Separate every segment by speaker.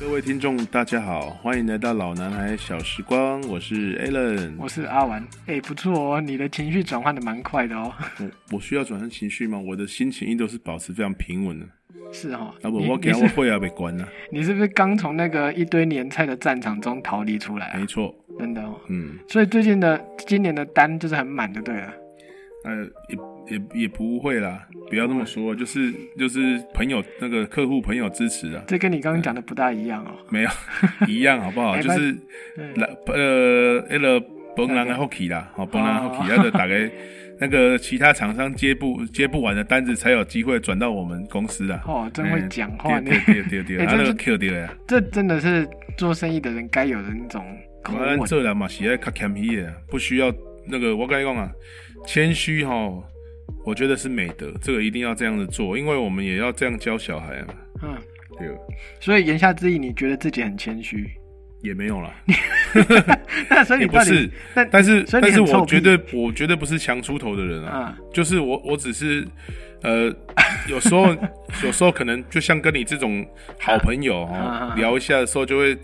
Speaker 1: 各位听众，大家好，欢迎来到老男孩小时光，我是 Alan。
Speaker 2: 我是阿玩，哎、不错哦，你的情绪转换的蛮快的哦。
Speaker 1: 我我需要转换情绪吗？我的心情一直都是保持非常平稳的。
Speaker 2: 是哦，
Speaker 1: 啊不，
Speaker 2: 你
Speaker 1: 我给
Speaker 2: 你
Speaker 1: 我
Speaker 2: 是
Speaker 1: 会要被关啊了，
Speaker 2: 你是不是刚从那个一堆年菜的战场中逃离出来啊
Speaker 1: 没？错，
Speaker 2: 真的哦，
Speaker 1: 嗯，
Speaker 2: 所以最近的今年的单就是很满，就对了。哎
Speaker 1: 呃，也也也不会啦，不要那么说，就是就是朋友那个客户朋友支持啊，
Speaker 2: 这跟你刚刚讲的不大一样哦。
Speaker 1: 没有一样好不好？
Speaker 2: 哎
Speaker 1: 就是
Speaker 2: 嗯哦
Speaker 1: 来呃那个本人的 hockey 啦，好本人的 hockey，那就大概那个其他厂商接不接不完的单子才有机会转到我们公司啊啦。
Speaker 2: 哦，真会讲话呢
Speaker 1: 对，对对对，
Speaker 2: 哎
Speaker 1: 啊那
Speaker 2: 真
Speaker 1: 个
Speaker 2: 是
Speaker 1: Q 掉呀，
Speaker 2: 这真的是做生意的人该有的那种口
Speaker 1: 啊我咱
Speaker 2: 吻。
Speaker 1: 做人嘛是要较谦虚的，不需要那个我跟你讲啊，谦虚哈，我觉得是美德，这个一定要这样子做，因为我们也要这样教小孩啊，
Speaker 2: 嗯，
Speaker 1: 对，
Speaker 2: 所以言下之意，你觉得自己很谦虚？
Speaker 1: 也没有啦，
Speaker 2: 那所以
Speaker 1: 也
Speaker 2: 你
Speaker 1: 不
Speaker 2: 到
Speaker 1: 是
Speaker 2: 底？，那
Speaker 1: 但是
Speaker 2: 所以
Speaker 1: 但
Speaker 2: 你
Speaker 1: 是
Speaker 2: 很
Speaker 1: 我
Speaker 2: 臭屁
Speaker 1: 绝对我绝对不是强出头的人啊，
Speaker 2: 啊，
Speaker 1: 就是我我只是呃， 有时候有时候可能就像跟你这种好朋友
Speaker 2: 啊
Speaker 1: 哦
Speaker 2: 啊
Speaker 1: 聊一下的时候，就会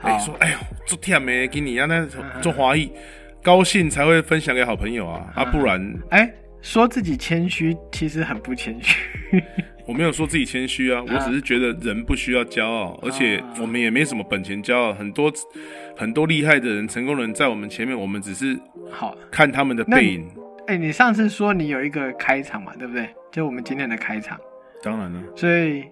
Speaker 1: 哎、
Speaker 2: 好
Speaker 1: 说哎呦，做天没给你啊，那做华裔高兴才会分享给好朋友啊啊，不然
Speaker 2: 哎，说自己谦虚，其实很不谦虚。
Speaker 1: 我没有说自己谦虚啊，我只是觉得人不需要骄
Speaker 2: 啊
Speaker 1: 傲，而且我们也没什么本钱骄傲，很多很多厉害的人、成功人在我们前面，我们只是
Speaker 2: 好，
Speaker 1: 看他们的
Speaker 2: 那
Speaker 1: 背
Speaker 2: 你
Speaker 1: 影。
Speaker 2: 哎，你上次说你有一个开场嘛，对不对？就我们今天的开场，
Speaker 1: 当然了，
Speaker 2: 所以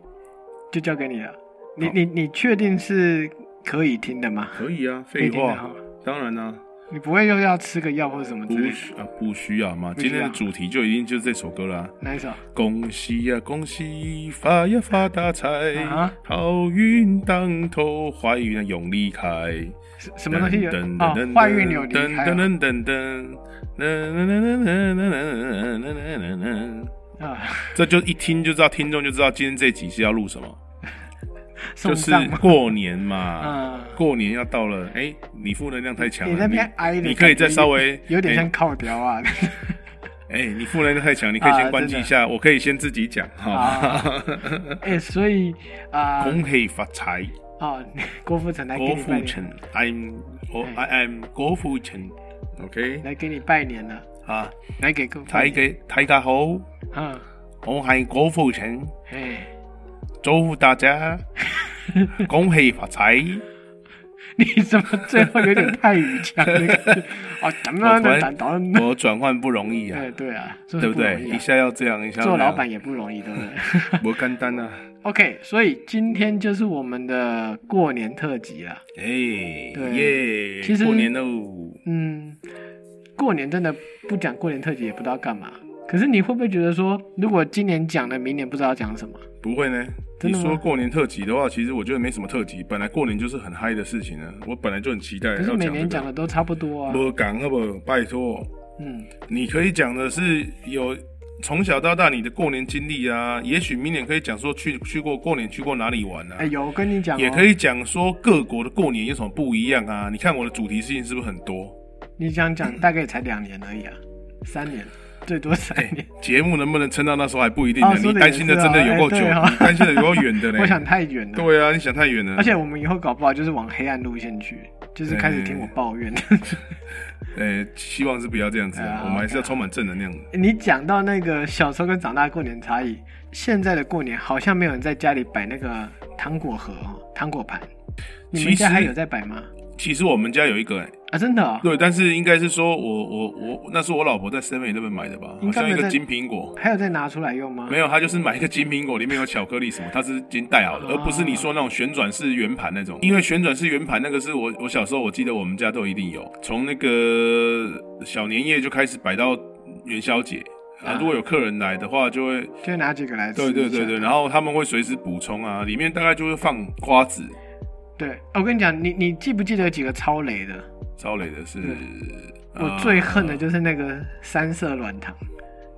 Speaker 2: 就交给你了。你
Speaker 1: 好
Speaker 2: 你你确定是可以听的吗？
Speaker 1: 可以啊，
Speaker 2: 可以
Speaker 1: 废
Speaker 2: 听的哈
Speaker 1: 话，，当然啦、啊
Speaker 2: 你不会又要吃个药或者什么之
Speaker 1: 不
Speaker 2: 类的？
Speaker 1: 需啊，不需要嘛。
Speaker 2: 不需
Speaker 1: 今
Speaker 2: 要
Speaker 1: 天的主题就已经就是这首歌啦、
Speaker 2: 哪一首？
Speaker 1: 恭喜呀、恭喜发呀发大财，
Speaker 2: 啊
Speaker 1: 好运当头，坏运啊永离开。
Speaker 2: 什什么东西有？哦，
Speaker 1: 噔
Speaker 2: 坏运有离
Speaker 1: 噔
Speaker 2: 开哦
Speaker 1: 噔噔噔噔噔噔噔噔噔噔噔噔。
Speaker 2: 啊，
Speaker 1: 这就一听就知道，听众就知道今天这集是要录什么，
Speaker 2: 送
Speaker 1: 就是
Speaker 2: 葬吗？
Speaker 1: 过年嘛。
Speaker 2: 嗯，
Speaker 1: 过年要到了，哎，你负能量太强了，
Speaker 2: 你那边挨的，
Speaker 1: 你可以再稍微
Speaker 2: 有点
Speaker 1: 哎
Speaker 2: 像靠标 啊。
Speaker 1: 哎、你负能量太强，你可以先关机一下，我可以先自己讲哈
Speaker 2: 啊。哎，所以啊
Speaker 1: 恭喜发财，
Speaker 2: 啊，郭富城来给
Speaker 1: 郭
Speaker 2: 你拜
Speaker 1: 富
Speaker 2: 年，
Speaker 1: 城，I'm 我
Speaker 2: 哎
Speaker 1: I am 郭富城，OK
Speaker 2: 来给你拜年了，
Speaker 1: 啊，
Speaker 2: 来给郭富
Speaker 1: 大
Speaker 2: 城。
Speaker 1: 家大家好，
Speaker 2: 嗯，
Speaker 1: 我係郭富城，
Speaker 2: 哎。
Speaker 1: 祝福大 家恭喜发财。
Speaker 2: 你怎么最后有点太语腔那 个？哦，咱
Speaker 1: 我
Speaker 2: 们
Speaker 1: 突
Speaker 2: 的
Speaker 1: 然
Speaker 2: 胆胆，
Speaker 1: 我转换不容易啊，
Speaker 2: 对 对啊，真
Speaker 1: 对
Speaker 2: 的
Speaker 1: 不
Speaker 2: 容
Speaker 1: 对？
Speaker 2: 易啊
Speaker 1: 一下要这样，一下
Speaker 2: 做老板也不容易，对 不对
Speaker 1: 不简单啊。
Speaker 2: ？OK，所以今天就是我们的过年特辑了。
Speaker 1: 哎、
Speaker 2: 对
Speaker 1: 耶，
Speaker 2: 其实
Speaker 1: 过年喽，
Speaker 2: 嗯，过年真的不讲过年特辑也不知道干嘛。可是你会不会觉得说，如果今年讲了，明年不知道讲什么？
Speaker 1: 不会呢。
Speaker 2: 真
Speaker 1: 你
Speaker 2: 的吗
Speaker 1: 说过年特辑的话，其实我觉得没什么特辑。本来过年就是很嗨的事情啊，我本来就很期待
Speaker 2: 可是
Speaker 1: 要
Speaker 2: 每
Speaker 1: 讲这
Speaker 2: 年讲
Speaker 1: 个。
Speaker 2: 的都差不多啊。
Speaker 1: 不讲好不好？拜托，
Speaker 2: 嗯，
Speaker 1: 你可以讲的是有从小到大你的过年经历啊，也许明年可以讲说去去过过年去过哪里玩啊
Speaker 2: 哎，，有我跟你讲、哦，
Speaker 1: 也可。以讲说各国的过年有什么不一样啊。你看我的主题事情是不是很多？
Speaker 2: 你想讲大概也才两年而已啊，三年，最多三
Speaker 1: 哎
Speaker 2: 年。，
Speaker 1: 节目能不能撑到那时候还不一定
Speaker 2: 哦
Speaker 1: 呢。
Speaker 2: 说
Speaker 1: 你
Speaker 2: 得
Speaker 1: 担
Speaker 2: 也
Speaker 1: 心
Speaker 2: 是
Speaker 1: 的真的
Speaker 2: 哦
Speaker 1: 有
Speaker 2: 哎
Speaker 1: 够久，
Speaker 2: 对哦
Speaker 1: 你担心的有够远的呢。
Speaker 2: 我想太远了。
Speaker 1: 对啊，你想太远了。
Speaker 2: 而且我们以后搞不好就是往黑暗路线去，就是开始听我抱怨。
Speaker 1: 呃，希望是不要这样子啊，
Speaker 2: 啊
Speaker 1: 我们还是要充满正能量的。
Speaker 2: 你讲到那个小时候跟长大过年差异，现在的过年好像没有人在家里摆那个糖果盒哦，糖果盘。你
Speaker 1: 其
Speaker 2: 们
Speaker 1: 实
Speaker 2: 家还有在摆吗？
Speaker 1: 其实我们家有一个、欸，
Speaker 2: 啊，真的、哦，
Speaker 1: 对，但是应该是说我我我那是我老婆在 Seven 那边买的吧，好
Speaker 2: 应该
Speaker 1: 像
Speaker 2: 没
Speaker 1: 一
Speaker 2: 有
Speaker 1: 个
Speaker 2: 在
Speaker 1: 金苹果。
Speaker 2: 还有再拿出来用吗？
Speaker 1: 没有，她就是买一个金苹果，里面有巧克力什么，它是已经带好的，
Speaker 2: 啊
Speaker 1: 而不是你说那种旋转式圆盘那种。因为旋转式圆盘那个是我我小时候我记得我们家都一定有，从那个小年夜就开始摆到元宵节啊。
Speaker 2: 啊
Speaker 1: 如果有客人来的话，就会
Speaker 2: 就拿几个来吃
Speaker 1: 对对
Speaker 2: 一下
Speaker 1: 对对，然后他们会随时补充啊，里面大概就会放瓜子，
Speaker 2: 对我跟你讲，你你记不记得有几个超雷的？
Speaker 1: 招磊的是，
Speaker 2: 我
Speaker 1: 呃
Speaker 2: 最恨的就是那个三色软糖，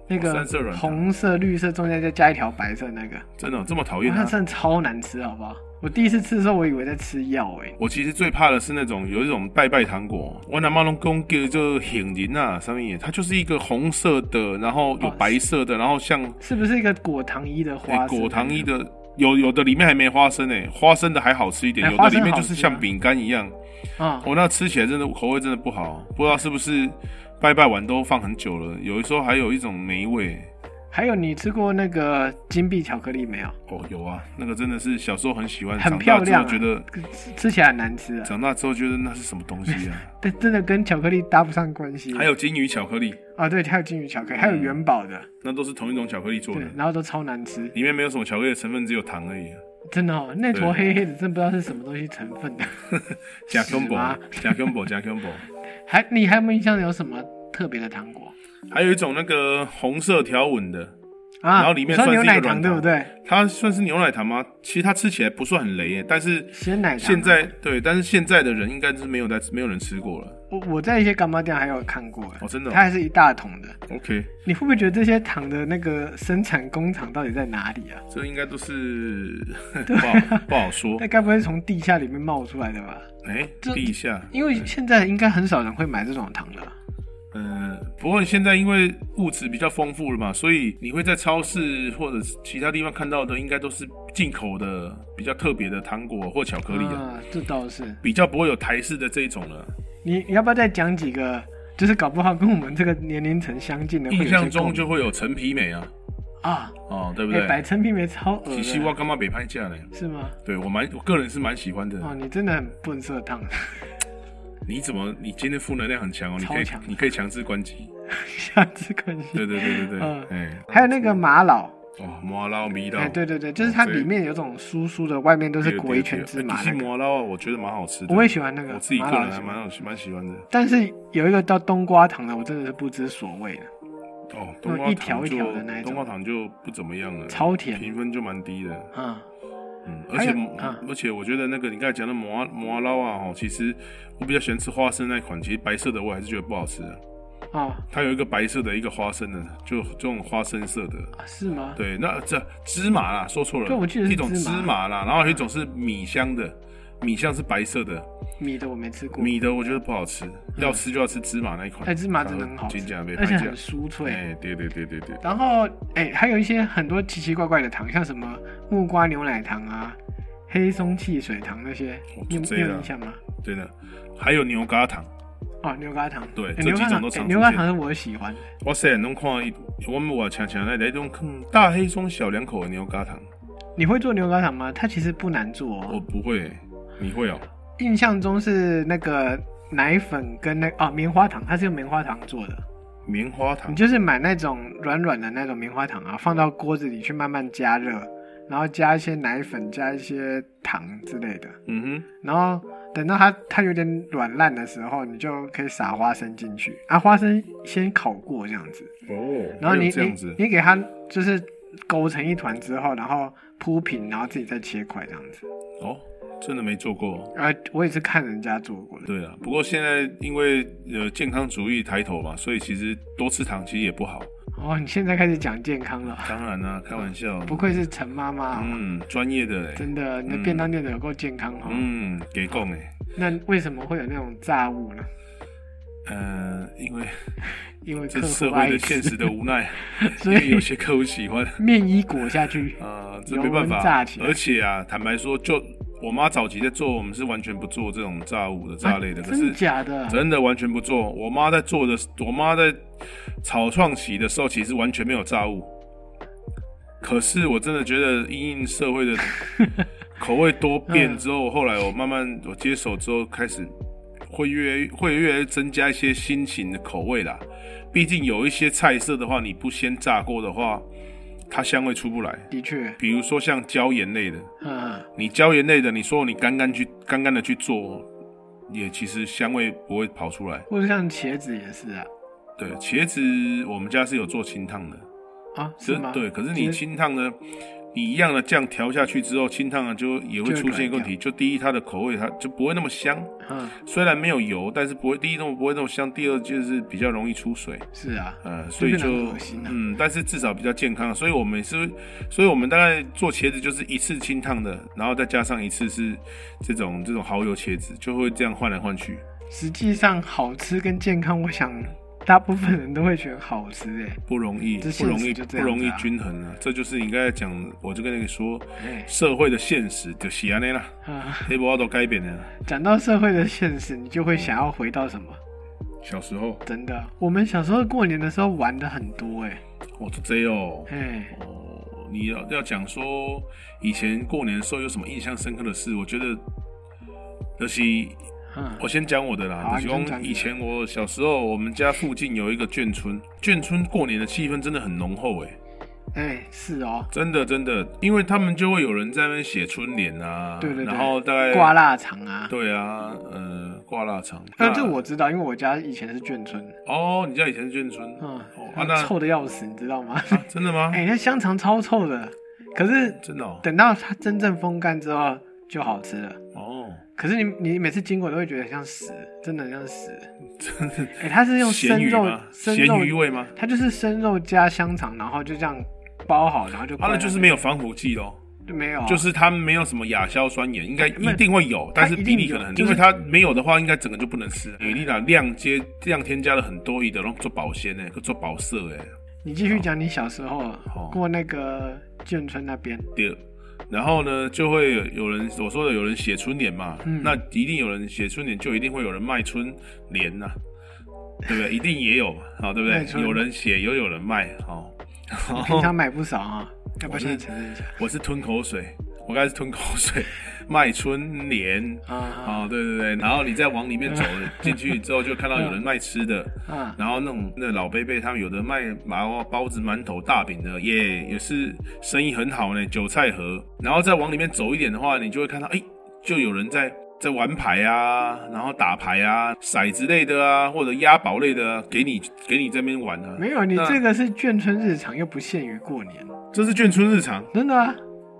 Speaker 2: 那
Speaker 1: 哦
Speaker 2: 个
Speaker 1: 三色软糖
Speaker 2: 红色、绿色中间再加一条白色那个。
Speaker 1: 真的哦这么讨
Speaker 2: 哇
Speaker 1: 厌
Speaker 2: 它
Speaker 1: 它。
Speaker 2: 真的超难吃，好不好？我第一次吃的时候，我以为在吃药哎、
Speaker 1: 我其实最怕的是那种有一种拜拜糖果，我南妈龙宫叫做杏仁啊，上面也它就是一个红色的，然后有
Speaker 2: 哦
Speaker 1: 白色的，然后像
Speaker 2: 是不是一个果糖衣的
Speaker 1: 诶
Speaker 2: 花、
Speaker 1: 果糖衣，的，有有的里面还没花生诶、花生的还好吃一点，
Speaker 2: 哎
Speaker 1: 有的
Speaker 2: 花生
Speaker 1: 里面就
Speaker 2: 好吃
Speaker 1: 是
Speaker 2: 啊
Speaker 1: 像饼干一样，哦
Speaker 2: 啊、
Speaker 1: 我、那吃起来真的口味真的不好，不知道是不是拜拜完都放很久了，有的时候还有一种霉味。
Speaker 2: 还有你吃过那个金币巧克力没有？
Speaker 1: 哦，有啊，那个真的是小时候很喜欢，
Speaker 2: 很
Speaker 1: 长大
Speaker 2: 漂
Speaker 1: 之后
Speaker 2: 亮、啊，
Speaker 1: 觉得，
Speaker 2: 吃吃起来很难吃啊，
Speaker 1: 长大之后觉得那是什么东西啊？
Speaker 2: 但真的跟巧克力搭不上关系。
Speaker 1: 还有嗯金鱼巧克力，
Speaker 2: 啊，对，还有金鱼巧克力，还有元宝的，
Speaker 1: 那都是同一种巧克力做
Speaker 2: 对
Speaker 1: 的，，
Speaker 2: 然后都超难吃，
Speaker 1: 里面没有什么巧克力的成分，只有糖 而已、啊。
Speaker 2: 真的哦，那
Speaker 1: 对
Speaker 2: 坨黑黑的，真不知道是什么东西成分的。
Speaker 1: 加
Speaker 2: 是
Speaker 1: combo，
Speaker 2: 吗
Speaker 1: 加 combo，加 combo。
Speaker 2: 还你还有没有印象有什么特别的糖果
Speaker 1: 还有一种那个红色条纹的，
Speaker 2: 啊？
Speaker 1: 然后里面
Speaker 2: 你说
Speaker 1: 算是
Speaker 2: 牛
Speaker 1: 一个
Speaker 2: 奶
Speaker 1: 软
Speaker 2: 糖对不对？
Speaker 1: 它算是牛奶糖吗？其实它吃起来不算很雷耶，但是
Speaker 2: 鲜奶糖啊
Speaker 1: 现在对，但是现在的人应该是没有在没有人吃过了。
Speaker 2: 我我在一些干妈店还有看过，哎
Speaker 1: 哦真的哦
Speaker 2: 它还是一大桶的。
Speaker 1: OK，
Speaker 2: 你会不会觉得这些糖的那个生产工厂到底在哪里啊？
Speaker 1: 这应该都是 不好不好说
Speaker 2: 那。该不会是从地下里面冒出来的吧？
Speaker 1: 哎，
Speaker 2: 这
Speaker 1: 地下，
Speaker 2: 因为现在应该很少人会买这种糖了。
Speaker 1: 嗯、不过现在因为物质比较丰富了嘛，所以你会在超市或者是其他地方看到的，应该都是进口的比较特别的糖果或巧克力啊，
Speaker 2: 啊，这倒是。
Speaker 1: 比较不会有台式的这一种了。啊
Speaker 2: 你你要不要再讲几个？就是搞不好跟我们这个年龄层相近的，会有
Speaker 1: 印
Speaker 2: 些
Speaker 1: 象中
Speaker 2: 共鸣
Speaker 1: 就会有陈皮美啊，
Speaker 2: 啊，
Speaker 1: 哦，对不
Speaker 2: 哎、百
Speaker 1: 对？
Speaker 2: 陈皮梅超恶
Speaker 1: 其
Speaker 2: 的
Speaker 1: 实我干嘛北派价呢？
Speaker 2: 是吗？
Speaker 1: 对我蛮，我个人是蛮喜欢的。
Speaker 2: 哦，你真的很笨色烫，
Speaker 1: 你怎么，你今天负能量很强哦？你可以
Speaker 2: 超，强
Speaker 1: 你可以强制关机。
Speaker 2: 下次关系。
Speaker 1: 对对对对对，
Speaker 2: 嗯
Speaker 1: 哎，
Speaker 2: 还有那个玛瑙，
Speaker 1: 哦，麻捞米捞，
Speaker 2: 哎，对对对，就是它
Speaker 1: 哦这
Speaker 2: 里面有种酥酥的，外面都
Speaker 1: 对哎
Speaker 2: 是裹一圈芝麻
Speaker 1: 其实
Speaker 2: 那个。
Speaker 1: 麻捞我觉得蛮好吃的，
Speaker 2: 我也喜欢那个
Speaker 1: 我自己个
Speaker 2: 麻
Speaker 1: 人还
Speaker 2: 辣喜欢
Speaker 1: 蛮好蛮喜欢的。
Speaker 2: 但是有一个叫冬瓜糖的，我真的是不知所谓的，
Speaker 1: 哦，冬瓜
Speaker 2: 一条
Speaker 1: 糖
Speaker 2: 一
Speaker 1: 就
Speaker 2: 条的那一种
Speaker 1: 冬瓜糖就不怎么样了，
Speaker 2: 超甜
Speaker 1: 评分就蛮低的。
Speaker 2: 嗯，
Speaker 1: 嗯，而
Speaker 2: 还
Speaker 1: 且
Speaker 2: 有
Speaker 1: 我
Speaker 2: 啊
Speaker 1: 而且我觉得那个你刚才讲的麻麻捞啊，哦，其实我比较喜欢吃花生那一款，其实白色的我还是觉得不好吃啊。
Speaker 2: 哦，
Speaker 1: 它有一个白色的，一个花生的，就这种花生色的。
Speaker 2: 啊是吗？
Speaker 1: 对，那这芝麻啦，说错了，
Speaker 2: 对我记得是
Speaker 1: 一种芝
Speaker 2: 芝麻
Speaker 1: 麻啦，然后有一种是米香的，米香是白色的，
Speaker 2: 米的我没吃过，
Speaker 1: 米的我觉得不好吃，要吃就要吃芝麻那一款。
Speaker 2: 哎，芝麻真的很好吃
Speaker 1: 金甲，被
Speaker 2: 而
Speaker 1: 拍
Speaker 2: 且
Speaker 1: 价
Speaker 2: 很。酥脆。
Speaker 1: 哎，对对对对对，
Speaker 2: 然后，哎，还有一些很多奇奇怪怪的糖，像什么木瓜牛奶糖啊、黑松汽水糖那些，
Speaker 1: 哦
Speaker 2: 你
Speaker 1: 就
Speaker 2: 有你
Speaker 1: 这样
Speaker 2: 有印象吗？
Speaker 1: 对的，还有牛轧糖。
Speaker 2: 哦，牛轧糖，
Speaker 1: 对
Speaker 2: 哎
Speaker 1: 这
Speaker 2: 牛
Speaker 1: 几
Speaker 2: 轧
Speaker 1: 种
Speaker 2: 糖
Speaker 1: 都，
Speaker 2: 哎
Speaker 1: 常
Speaker 2: 牛
Speaker 1: 出
Speaker 2: 轧
Speaker 1: 现
Speaker 2: 糖是我喜欢的。
Speaker 1: 哇塞，侬看伊，我们话强强来来种看大黑松小两口的牛轧糖，
Speaker 2: 你会做牛轧糖吗？它其实不难做
Speaker 1: 我
Speaker 2: 哦。
Speaker 1: 不会，你会哦？
Speaker 2: 印象中是那个奶粉跟那哦棉花糖，它是用棉花糖做的。
Speaker 1: 棉花糖
Speaker 2: 你就是买那种软软的那种棉花糖啊，放到锅子里去慢慢加热，然后加一些奶粉，加一些糖之类的。
Speaker 1: 嗯
Speaker 2: 然后等到它它有点软烂的时候，你就可以撒花生进去啊，花生先烤过这样子。
Speaker 1: 哼，哦，
Speaker 2: 然后
Speaker 1: 还有
Speaker 2: 你
Speaker 1: 这样子
Speaker 2: 你，你给它就是勾成一团之后，然后铺平，然后自己再切块这样子。
Speaker 1: 哦，真的没做过。
Speaker 2: 啊，我也是看人家做过的。
Speaker 1: 对啊，不过现在因为呃健康主义抬头嘛，所以其实多吃糖其实也不好。
Speaker 2: 哦，你现在开始讲健康了，
Speaker 1: 当然啦、开玩笑。
Speaker 2: 不愧是陈妈妈啊、
Speaker 1: 嗯，专业的嘞。
Speaker 2: 真的，你的便当店的有够健康哦。
Speaker 1: 嗯，给供哎。
Speaker 2: 那为什么会有那种炸物呢？
Speaker 1: 呃，因为
Speaker 2: 因为
Speaker 1: 这
Speaker 2: 客
Speaker 1: 是社
Speaker 2: 户
Speaker 1: 会
Speaker 2: 爱
Speaker 1: 的现
Speaker 2: 吃，
Speaker 1: 实的无奈，因
Speaker 2: 所
Speaker 1: 为有
Speaker 2: 以
Speaker 1: 些客户喜欢。
Speaker 2: 面衣裹下去。
Speaker 1: 啊，这
Speaker 2: 油
Speaker 1: 没办
Speaker 2: 温
Speaker 1: 法
Speaker 2: 炸起。来
Speaker 1: 而且啊，坦白说，就我妈早期在做，我们是完全不做这种炸物的 炸类的。
Speaker 2: 啊
Speaker 1: 可
Speaker 2: 真
Speaker 1: 是
Speaker 2: 的假的？
Speaker 1: 真的完全不做。我妈在做的，我妈在草创期的时候，其实完全没有炸物。可是我真的觉得，因应社 会的口味多变
Speaker 2: 嗯
Speaker 1: 之后，后来我慢慢我接手之后，开始会越会越来越增加一些新型的口味啦。毕竟有一些菜色的话，你不先炸过的话，它香味出不来。
Speaker 2: 的确，
Speaker 1: 比如说像椒盐类的，
Speaker 2: 嗯，
Speaker 1: 你椒盐类的，你说你干干去干干的去做，也其实香味不会跑出来。
Speaker 2: 或者像茄子也是啊，
Speaker 1: 对，茄子我们家是有做清烫的，
Speaker 2: 啊，
Speaker 1: 可
Speaker 2: 是吗？
Speaker 1: 对，可是
Speaker 2: 其
Speaker 1: 你
Speaker 2: 实
Speaker 1: 清烫的，你一样的酱调下去之后，清烫的就也会
Speaker 2: 就会
Speaker 1: 出现一个
Speaker 2: 软
Speaker 1: 问题，就第一它的口味它就不会那么香，
Speaker 2: 嗯，
Speaker 1: 虽然没有油，但是不会第一那么不会那么香，第二就是比较容易出水。
Speaker 2: 是啊，
Speaker 1: 呃，所以
Speaker 2: 就
Speaker 1: 就
Speaker 2: 变得很恶心啊
Speaker 1: 嗯，但是至少比较健康，啊所以我们也是，所以我们大概做茄子就是一次清烫的，然后再加上一次是这种这种蚝油茄子，就会这样换来换去。
Speaker 2: 实际上好吃跟健康，我想大部分人都会选好吃哎、
Speaker 1: 不容易，
Speaker 2: 这
Speaker 1: 不容易，
Speaker 2: 现实就
Speaker 1: 不
Speaker 2: 这样子啊
Speaker 1: 容易均衡啊！这就是你刚才讲的，我就跟你说，
Speaker 2: 哎
Speaker 1: 社会的现实就是安尼啦，
Speaker 2: 啊，
Speaker 1: 黑不都改变的啦。
Speaker 2: 讲到社会的现实，你就会想要回到什么？
Speaker 1: 小时候，
Speaker 2: 真的，我们小时候过年的时候玩的很多哎、
Speaker 1: 哦，就这哦，
Speaker 2: 哎，
Speaker 1: 哦，你要要讲说以前过年的时候有什么印象深刻的事，我觉得，就是
Speaker 2: 嗯，
Speaker 1: 我先讲我的
Speaker 2: 好
Speaker 1: 啦，
Speaker 2: 啊
Speaker 1: 就是
Speaker 2: 你先讲
Speaker 1: 讲
Speaker 2: 你的
Speaker 1: 以前我小时候，我们家附近有一个眷村，眷村过年的气氛真的很浓厚诶、
Speaker 2: 哎是哦，
Speaker 1: 真的真的，因为他们就会有人在那边写春联啊，
Speaker 2: 对对对
Speaker 1: 然后大概
Speaker 2: 挂腊肠啊，
Speaker 1: 对啊，呃，挂腊肠。
Speaker 2: 那这我知道，因为我家以前是眷村，
Speaker 1: 哦，你家以前是眷村
Speaker 2: 嗯，
Speaker 1: 哦啊
Speaker 2: 然后
Speaker 1: 那
Speaker 2: 臭的要死，你知道吗？
Speaker 1: 啊？真的吗？
Speaker 2: 哎、那香肠超臭的，可是
Speaker 1: 真的哦。
Speaker 2: 等到它真正风干之后就好吃了。
Speaker 1: 哦，
Speaker 2: 可是你你每次经过都会觉得很像屎，真的很 像屎。
Speaker 1: 真的
Speaker 2: 哎、它是用
Speaker 1: 咸
Speaker 2: 生
Speaker 1: 鱼
Speaker 2: 肉
Speaker 1: 吗？，
Speaker 2: 生
Speaker 1: 咸鱼
Speaker 2: 肉，
Speaker 1: 味吗？
Speaker 2: 它就是生肉加香肠，然后就这样包好，然后就
Speaker 1: 啊，
Speaker 2: 挂
Speaker 1: 那
Speaker 2: 在那边。
Speaker 1: 就是没有防腐剂咯，
Speaker 2: 没有啊，
Speaker 1: 就是它没有什么亚硝酸盐，应该
Speaker 2: 没
Speaker 1: 一定会有，但是比例可能很低，
Speaker 2: 它一定
Speaker 1: 因
Speaker 2: 有
Speaker 1: 为它没有的话，应该整个就不能吃。举例啦，量接量添加了很多伊的，然后做保鲜呢，做保色哎，
Speaker 2: 你继续讲你小时候
Speaker 1: 好
Speaker 2: 过那个眷村那边，
Speaker 1: 对。然后呢，就会有有人我说的有人写春联嘛，
Speaker 2: 嗯
Speaker 1: 那一定有人写春联，就一定会有人卖春联呐、对不对？一定也有嘛，好、对不
Speaker 2: 卖
Speaker 1: 对？
Speaker 2: 春
Speaker 1: 有人写，有有人卖，好、哦
Speaker 2: 你平常买不少啊，要不要
Speaker 1: 我是
Speaker 2: 现在承认一下
Speaker 1: 我是吞口水，我刚才是吞口水，卖春联。
Speaker 2: 啊
Speaker 1: 哦，对对对，然后你再往里面走进去之后，就看到有人卖吃的，
Speaker 2: 啊
Speaker 1: 然后那种那老贝贝他们有的卖麻花包子、馒头、大饼的，耶，也是生意很好呢。韭菜盒，然后再往里面走一点的话，你就会看到，哎，就有人在在玩牌啊，然后打牌啊、骰子类的啊，或者押宝类的、啊，给你给你这边玩啊。
Speaker 2: 没有，你
Speaker 1: 那
Speaker 2: 这个是眷村日常，又不限于过年，
Speaker 1: 这是眷村日常
Speaker 2: 真的啊，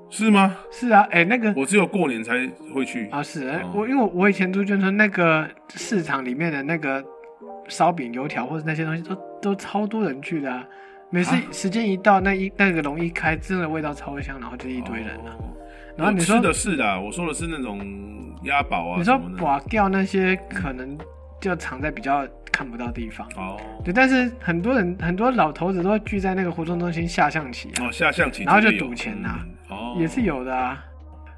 Speaker 1: 是吗？
Speaker 2: 是啊，哎、那个
Speaker 1: 我只有过年才会去。
Speaker 2: 啊是，哎
Speaker 1: 哦
Speaker 2: 我因为我我以前住眷村，那个市场里面的那个烧饼、油条或者那些东西都都超多人去的、啊，每次
Speaker 1: 啊
Speaker 2: 时间一到，那一那个笼一开，真的味道超香，然后就一堆人啊。
Speaker 1: 哦
Speaker 2: 然后你说
Speaker 1: 我吃的是的，我说的是那种鸭宝啊
Speaker 2: 你说
Speaker 1: 什么的。
Speaker 2: 刮掉那些可能就藏在比较看不到地方。
Speaker 1: 哦
Speaker 2: 对，但是很多人很多老头子都聚在那个活动中心下象棋啊，
Speaker 1: 哦，下象棋
Speaker 2: 然后
Speaker 1: 这
Speaker 2: 就
Speaker 1: 个有
Speaker 2: 赌钱呐
Speaker 1: 嗯哦
Speaker 2: 也是。有的啊。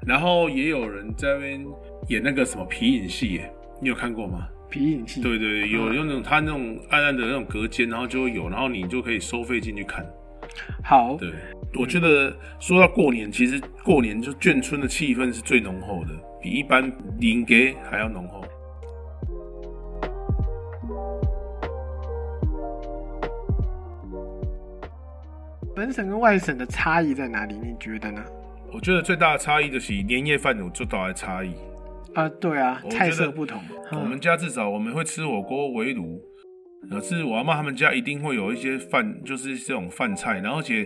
Speaker 1: 然后也有人在那边演那个什么皮影戏耶，你有看过吗？
Speaker 2: 皮影戏，
Speaker 1: 对对，有有那种他那种暗暗的那种隔间，然后就会有，然后你就可以收费进去看。
Speaker 2: 好，
Speaker 1: 对，我觉得说到过年，其实过年就眷村的气氛是最浓厚的，比一般邻给还要浓厚。
Speaker 2: 本省跟外省的差异在哪里？你觉得呢？
Speaker 1: 我觉得最大的差异就是年夜饭有最大的差异。
Speaker 2: 啊，对啊
Speaker 1: 我，
Speaker 2: 菜
Speaker 1: 觉得
Speaker 2: 色不同。
Speaker 1: 我
Speaker 2: 嗯
Speaker 1: 们家至少我们会吃火锅、围炉，可是我阿妈他们家一定会有一些饭，就是这种饭菜，然后而且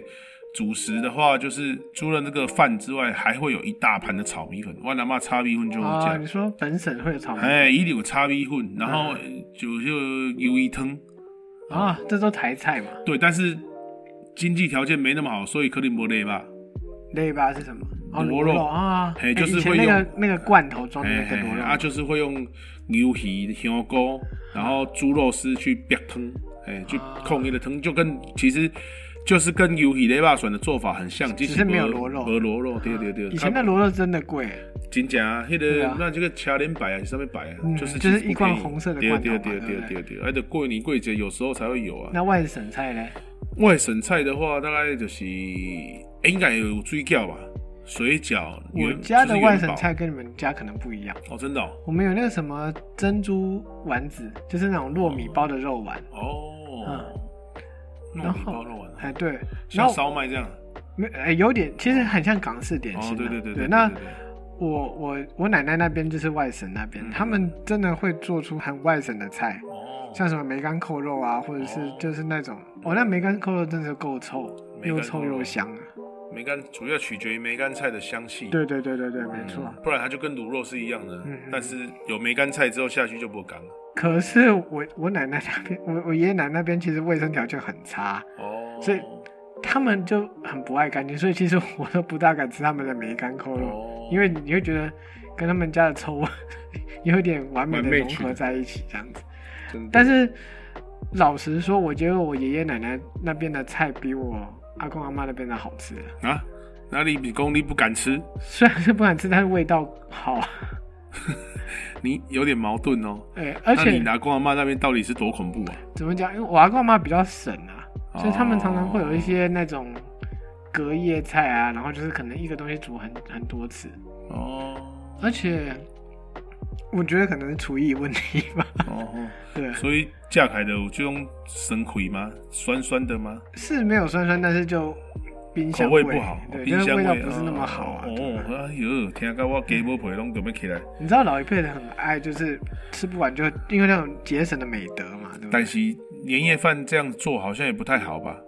Speaker 1: 主食的话，就是除了那个饭之外，还会有一大盘的炒米粉。我阿妈炒米粉就是
Speaker 2: 啊，
Speaker 1: 讲
Speaker 2: 你，说嗯本省会有炒米
Speaker 1: 哎、一定有炒米粉，然后就就油一汤，
Speaker 2: 啊，这都台菜嘛？
Speaker 1: 对，但是经济条件没那么好，所以可能没得吧。
Speaker 2: 肋巴是什么？哦，
Speaker 1: 螺
Speaker 2: 螺
Speaker 1: 肉
Speaker 2: 啊，
Speaker 1: 嘿就是
Speaker 2: 以前
Speaker 1: 会
Speaker 2: 那
Speaker 1: 用
Speaker 2: 个那个罐头装的
Speaker 1: 哎
Speaker 2: 那个
Speaker 1: 哎
Speaker 2: 螺
Speaker 1: 哎
Speaker 2: 肉
Speaker 1: 啊，就是会用牛皮、香菇，然后猪肉丝去煸汤，哎、去
Speaker 2: 啊
Speaker 1: 控一个汤，就跟其实就是跟牛皮雷霸笋的做法很像，只
Speaker 2: 是没有螺肉
Speaker 1: 和螺肉，对对对。
Speaker 2: 以前的
Speaker 1: 啊
Speaker 2: 螺肉真的贵，
Speaker 1: 真假啊，那
Speaker 2: 对
Speaker 1: 个
Speaker 2: 啊
Speaker 1: 那这个卡连摆啊，上面摆啊，
Speaker 2: 嗯
Speaker 1: 就是
Speaker 2: 就是
Speaker 1: 其实不
Speaker 2: 一罐
Speaker 1: 便宜
Speaker 2: 红色的
Speaker 1: 对
Speaker 2: 罐头
Speaker 1: 对
Speaker 2: 嘛
Speaker 1: 对
Speaker 2: 对
Speaker 1: 对
Speaker 2: 不
Speaker 1: 对对，而且过年过节有时候才会有啊。
Speaker 2: 那外省菜呢？
Speaker 1: 外省菜的话，大概就是、哎应该有水饺吧，水饺。
Speaker 2: 我
Speaker 1: 元
Speaker 2: 家
Speaker 1: 就
Speaker 2: 的
Speaker 1: 是元
Speaker 2: 外省
Speaker 1: 宝
Speaker 2: 菜跟你们家可能不一样，
Speaker 1: 哦，真的哦
Speaker 2: 我们有那个什么珍珠丸子，就是那种糯米包的肉丸，
Speaker 1: 哦，糯
Speaker 2: 然
Speaker 1: 米包
Speaker 2: 后
Speaker 1: 肉丸啊，
Speaker 2: 哎对，然
Speaker 1: 像
Speaker 2: 后
Speaker 1: 烧麦这样。
Speaker 2: 没哎有点，其实很像港式点
Speaker 1: 哦，
Speaker 2: 心啊。
Speaker 1: 对对对对。
Speaker 2: 那
Speaker 1: 对对
Speaker 2: 我我我奶奶那边就是外省那边
Speaker 1: 嗯，
Speaker 2: 他们真的会做出很外省的菜，
Speaker 1: 哦，
Speaker 2: 像什么梅干扣肉啊，或者是就是那种，哦，那梅干扣肉真的是够臭，
Speaker 1: 梅干扣肉
Speaker 2: 又臭又香啊。
Speaker 1: 嗯梅干主要取决于梅干菜的香气。
Speaker 2: 对对对对对，没
Speaker 1: 嗯，
Speaker 2: 错。
Speaker 1: 不然它就跟卤肉是一样的
Speaker 2: 嗯，
Speaker 1: 但是有梅干菜之后下去就不干了。
Speaker 2: 可是我我奶奶那边，我我爷爷奶奶那边其实卫生条件很差，
Speaker 1: 哦，
Speaker 2: 所以他们就很不爱干净，所以其实我都不大敢吃他们的梅干扣肉，
Speaker 1: 哦，
Speaker 2: 因为你会觉得跟他们家的臭味 有点完美
Speaker 1: 完
Speaker 2: 的
Speaker 1: 美
Speaker 2: 融
Speaker 1: 去
Speaker 2: 合
Speaker 1: 了
Speaker 2: 在一起这样子。
Speaker 1: 真的
Speaker 2: 但是老实说，我觉得我爷爷奶奶那边的菜比我阿公阿妈那边的好吃。
Speaker 1: 啊，哪里比公力不敢吃？
Speaker 2: 虽然是不敢吃，但是味道好。啊
Speaker 1: 你有点矛盾哦。
Speaker 2: 哎、而
Speaker 1: 那你
Speaker 2: 且
Speaker 1: 拿公阿妈那边到底是多恐怖啊？
Speaker 2: 怎么讲？因为我阿公阿妈比较省啊，
Speaker 1: 哦
Speaker 2: 所以他们常常会有一些那种隔夜菜啊，然后就是可能一个东西煮很很多次，
Speaker 1: 哦
Speaker 2: 而且我觉得可能是厨艺问题吧。
Speaker 1: 哦，
Speaker 2: 对，
Speaker 1: 所以嫁凯的我就用生葵吗？酸酸的吗？
Speaker 2: 是没有酸酸，但是就冰
Speaker 1: 口
Speaker 2: 箱
Speaker 1: 味不好，
Speaker 2: 对，就
Speaker 1: 冰
Speaker 2: 是
Speaker 1: 箱
Speaker 2: 味
Speaker 1: 味
Speaker 2: 道不是那么好啊。对
Speaker 1: 哦，哎呦，天啊，我给我皮拢准备起来，
Speaker 2: 你知道老一辈的很爱，就是吃不完就因为那种节省的美德嘛，对不对？
Speaker 1: 但是年夜饭这样做好像也不太好吧？哦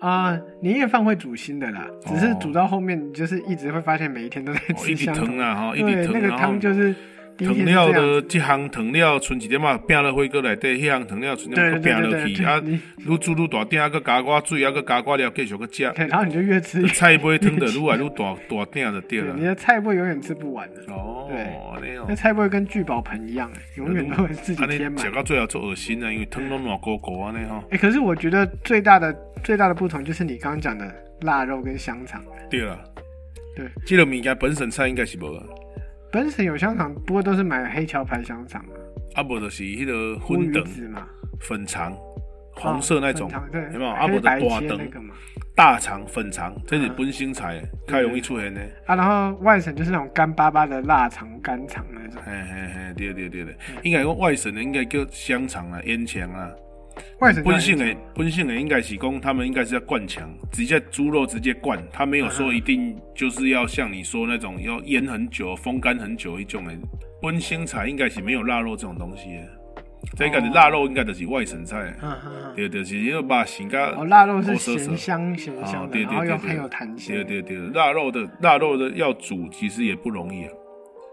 Speaker 2: 啊、年夜饭会煮新的啦，只是煮到后面你就是一直会发现每一天都在
Speaker 1: 哦，
Speaker 2: 吃
Speaker 1: 一滴
Speaker 2: 相同
Speaker 1: 疼
Speaker 2: 的。
Speaker 1: 啊，哈，一滴
Speaker 2: 对，那
Speaker 1: 疼，
Speaker 2: 个
Speaker 1: 然后
Speaker 2: 汤就是第一
Speaker 1: 藤
Speaker 2: 天是这
Speaker 1: 料
Speaker 2: 样
Speaker 1: 的
Speaker 2: 子，
Speaker 1: 这行藤料剩一点嘛，拼了辉哥内底，迄行藤料剩一
Speaker 2: 对
Speaker 1: 点
Speaker 2: 对
Speaker 1: 嘛，拼
Speaker 2: 对
Speaker 1: 落
Speaker 2: 对
Speaker 1: 去
Speaker 2: 对，
Speaker 1: 啊，
Speaker 2: 你
Speaker 1: 愈煮愈大鼎，啊，搁加我水，啊，搁加我料，继续 搁食，啊
Speaker 2: 对，然后你就越吃越，
Speaker 1: 菜尾汤的愈来愈大 大鼎就对
Speaker 2: 对，你
Speaker 1: 了。
Speaker 2: 的菜不会永远吃不完的，
Speaker 1: 哦，安尼
Speaker 2: 那
Speaker 1: 哦，
Speaker 2: 菜不会跟聚宝盆一样，永远都会自己
Speaker 1: 安尼
Speaker 2: 填满
Speaker 1: 食。到最后做恶心啊，因为汤拢软糊糊安尼吼。
Speaker 2: 哎、可是我觉得最大的最大的不同就是你刚刚讲的腊肉跟香肠，
Speaker 1: 对啦，
Speaker 2: 对，
Speaker 1: 即个物件本身菜应该是无啊，
Speaker 2: 本省有香肠，不过都是买黑桥牌香肠嘛，
Speaker 1: 啊无就是迄个
Speaker 2: 乌
Speaker 1: 粉
Speaker 2: 鱼
Speaker 1: 肠、
Speaker 2: 子嘛，
Speaker 1: 粉肠、红色那种
Speaker 2: 啊粉肠，对，
Speaker 1: 有没有？啊无
Speaker 2: 黑
Speaker 1: 就大
Speaker 2: 白切那
Speaker 1: 肠、
Speaker 2: 个啊嘛。
Speaker 1: 大肠、粉肠，这是本省菜，较容易出现的。
Speaker 2: 啊，然后外省就是那种干巴巴的腊肠、干肠那种，
Speaker 1: 嘿嘿嘿，对对对对，
Speaker 2: 嗯
Speaker 1: 应该讲外省的应该叫香肠啦、烟肠啦。
Speaker 2: 外省叫
Speaker 1: 本省
Speaker 2: 黑
Speaker 1: 的
Speaker 2: 肠
Speaker 1: 本省的应该是讲他们应该是要灌肠，直接猪肉直接灌，他没有说一定就是要像你说那种要腌很久、风干很久一种的。本省菜应该是没有腊肉这种东西的，这应该
Speaker 2: 哦
Speaker 1: 是腊肉应该就是外省菜，
Speaker 2: 嗯嗯嗯，
Speaker 1: 对对，就是因为把型甲
Speaker 2: 哦，腊肉是
Speaker 1: 黑色色
Speaker 2: 咸香咸香
Speaker 1: 啊
Speaker 2: 的，
Speaker 1: 对
Speaker 2: 然
Speaker 1: 对
Speaker 2: 后
Speaker 1: 对
Speaker 2: 又
Speaker 1: 对
Speaker 2: 很有弹性。
Speaker 1: 对对对，腊肉的腊肉的要煮其实也不容易啊。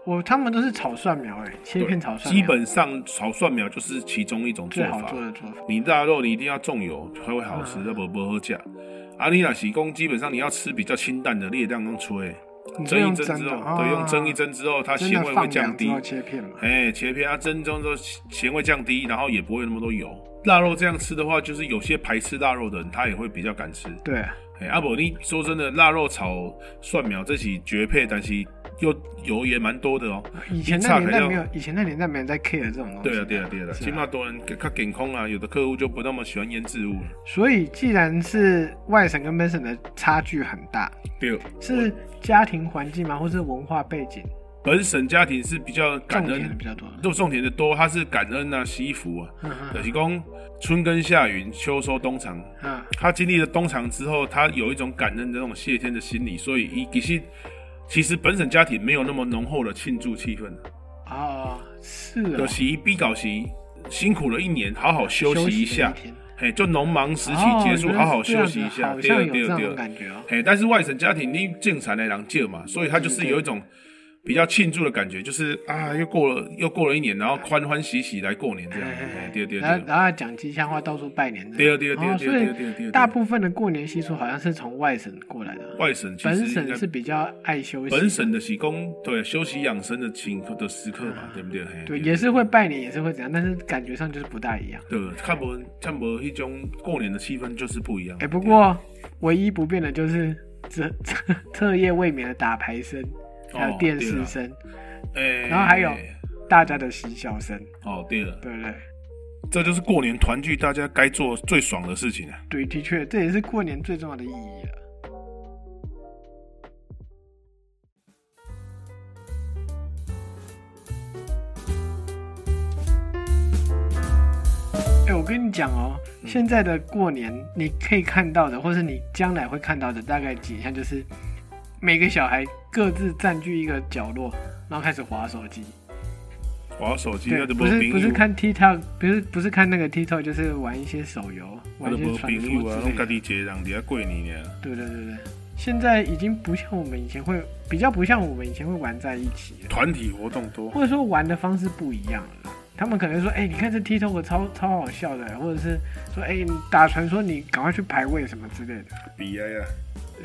Speaker 2: 我他们都是炒蒜苗，哎，切片炒蒜苗，
Speaker 1: 基本上炒蒜苗就是其中一种做
Speaker 2: 最好
Speaker 1: 法
Speaker 2: 做。的嗯做法。
Speaker 1: 你腊肉你一定要重油才会好吃，要不不好吃。啊，你若是讲基本上你要吃比较清淡的，你也这样用吹，
Speaker 2: 你就
Speaker 1: 蒸一
Speaker 2: 用
Speaker 1: 蒸
Speaker 2: 蒸
Speaker 1: 之
Speaker 2: 的，
Speaker 1: 后，
Speaker 2: 哦
Speaker 1: 对，用蒸一，蒸之后，它
Speaker 2: 真
Speaker 1: 咸
Speaker 2: 的
Speaker 1: 味会
Speaker 2: 放
Speaker 1: 降
Speaker 2: 凉
Speaker 1: 低
Speaker 2: 之。后切片嘛。
Speaker 1: 哎，切片啊，蒸中之后咸味降低，然后也不会有那么多油。腊肉这样吃的话，就是有些排斥腊肉的人，他也会比较敢吃。
Speaker 2: 对，
Speaker 1: 哎，阿、啊、伯，你说真的，腊肉炒蒜苗这是绝配，但是又油也蛮多的哦。
Speaker 2: 以前
Speaker 1: 你
Speaker 2: 那
Speaker 1: 差
Speaker 2: 年
Speaker 1: 可以
Speaker 2: 代
Speaker 1: 要
Speaker 2: 没有，以前那年代没人在 care 这种东西。
Speaker 1: 对啊，对啊，对啊，
Speaker 2: 是
Speaker 1: 起码多人较健康啊，有的客户就不那么喜欢腌制物了。
Speaker 2: 所以既然是外省跟本省的差距很大，
Speaker 1: 对，
Speaker 2: 是家庭环境吗，或是文化背景
Speaker 1: 本省家庭是比较感
Speaker 2: 种田的
Speaker 1: 恩
Speaker 2: 比，较多？
Speaker 1: 就种田的多，他是感恩啊，惜福啊，
Speaker 2: 嗯嗯
Speaker 1: 就是讲春耕夏耘，秋收冬藏。
Speaker 2: 嗯，
Speaker 1: 他经历了冬藏之后，他有一种感恩的那种谢天的心理，所以一其实其实本省家庭没有那么浓厚的庆祝气氛，啊
Speaker 2: 哦，是哦
Speaker 1: 有时必搞时辛苦了一年，好好休息一下
Speaker 2: 休息了一天，
Speaker 1: 嘿，就农忙时期
Speaker 2: 哦
Speaker 1: 结束，
Speaker 2: 原来
Speaker 1: 好
Speaker 2: 是
Speaker 1: 好
Speaker 2: 这
Speaker 1: 休
Speaker 2: 样
Speaker 1: 息
Speaker 2: 子啊
Speaker 1: 一下，
Speaker 2: 好
Speaker 1: 对
Speaker 2: 像
Speaker 1: 了
Speaker 2: 有
Speaker 1: 对啊
Speaker 2: 这
Speaker 1: 了对
Speaker 2: 种
Speaker 1: 了。
Speaker 2: 感觉哦。
Speaker 1: 嘿，但是外省家庭你正常来讲借嘛，所以他就是有一种比较庆祝的感觉，就是啊，又过了又过了一年，然后欢欢喜喜来过年这样。嘿对对
Speaker 2: 哎然
Speaker 1: 对
Speaker 2: 后，然后讲吉祥话，到处拜年。
Speaker 1: 对对对
Speaker 2: 哦
Speaker 1: 对
Speaker 2: 所
Speaker 1: 对对
Speaker 2: 以
Speaker 1: 对
Speaker 2: 大部分的过年习俗好像是从外省过来的，
Speaker 1: 外省其实
Speaker 2: 本
Speaker 1: 应
Speaker 2: 省
Speaker 1: 该
Speaker 2: 是比较爱休息。
Speaker 1: 本省的喜工，对休息养生的情的时刻嘛，对不对？嘿
Speaker 2: 啊对，也是会拜年，也是会怎样，但是感觉上就是不大一样。
Speaker 1: 对，看不看不一种过年的气氛就是不一样。
Speaker 2: 哎，不过唯一不变的就是 彻彻彻夜未眠的打牌声，还有
Speaker 1: 哦
Speaker 2: 电
Speaker 1: 对
Speaker 2: 视
Speaker 1: 啊
Speaker 2: 声，
Speaker 1: 哎，
Speaker 2: 然后还有大家的嬉笑声，
Speaker 1: 哦，对了，
Speaker 2: 对不对？
Speaker 1: 这就是过年团聚大家该做最爽的事情啊。
Speaker 2: 对，的确，这也是过年最重要的意义啊了。哎、我跟你讲哦，现在的过年你可以看到的，或是你将来会看到的，大概几项就是每个小孩各自占据一个角落，然后开始划手机。
Speaker 1: 玩手机
Speaker 2: 对，
Speaker 1: 那就
Speaker 2: 不
Speaker 1: 没
Speaker 2: 是
Speaker 1: 朋
Speaker 2: 不是
Speaker 1: 友
Speaker 2: 看 TikTok，不是不是看那个 TikTok，就是玩一些手游，
Speaker 1: 我
Speaker 2: 玩
Speaker 1: 都
Speaker 2: 一些
Speaker 1: 无
Speaker 2: 传
Speaker 1: 朋
Speaker 2: 说
Speaker 1: 友啊，
Speaker 2: 之
Speaker 1: 拢
Speaker 2: 类
Speaker 1: 家
Speaker 2: 的。
Speaker 1: 己一个人伫遐过年啊尔。
Speaker 2: 对对对对，现在已经不像我们以前会，比较不像我们以前会玩在一起了，
Speaker 1: 团体活动多
Speaker 2: 或者说玩的方式不一样了啦。他们可能说，哎、你看这 TikTok 超超好笑的，或者是说，哎、你打传说你赶快去排位什么之类的
Speaker 1: 悲哀啊，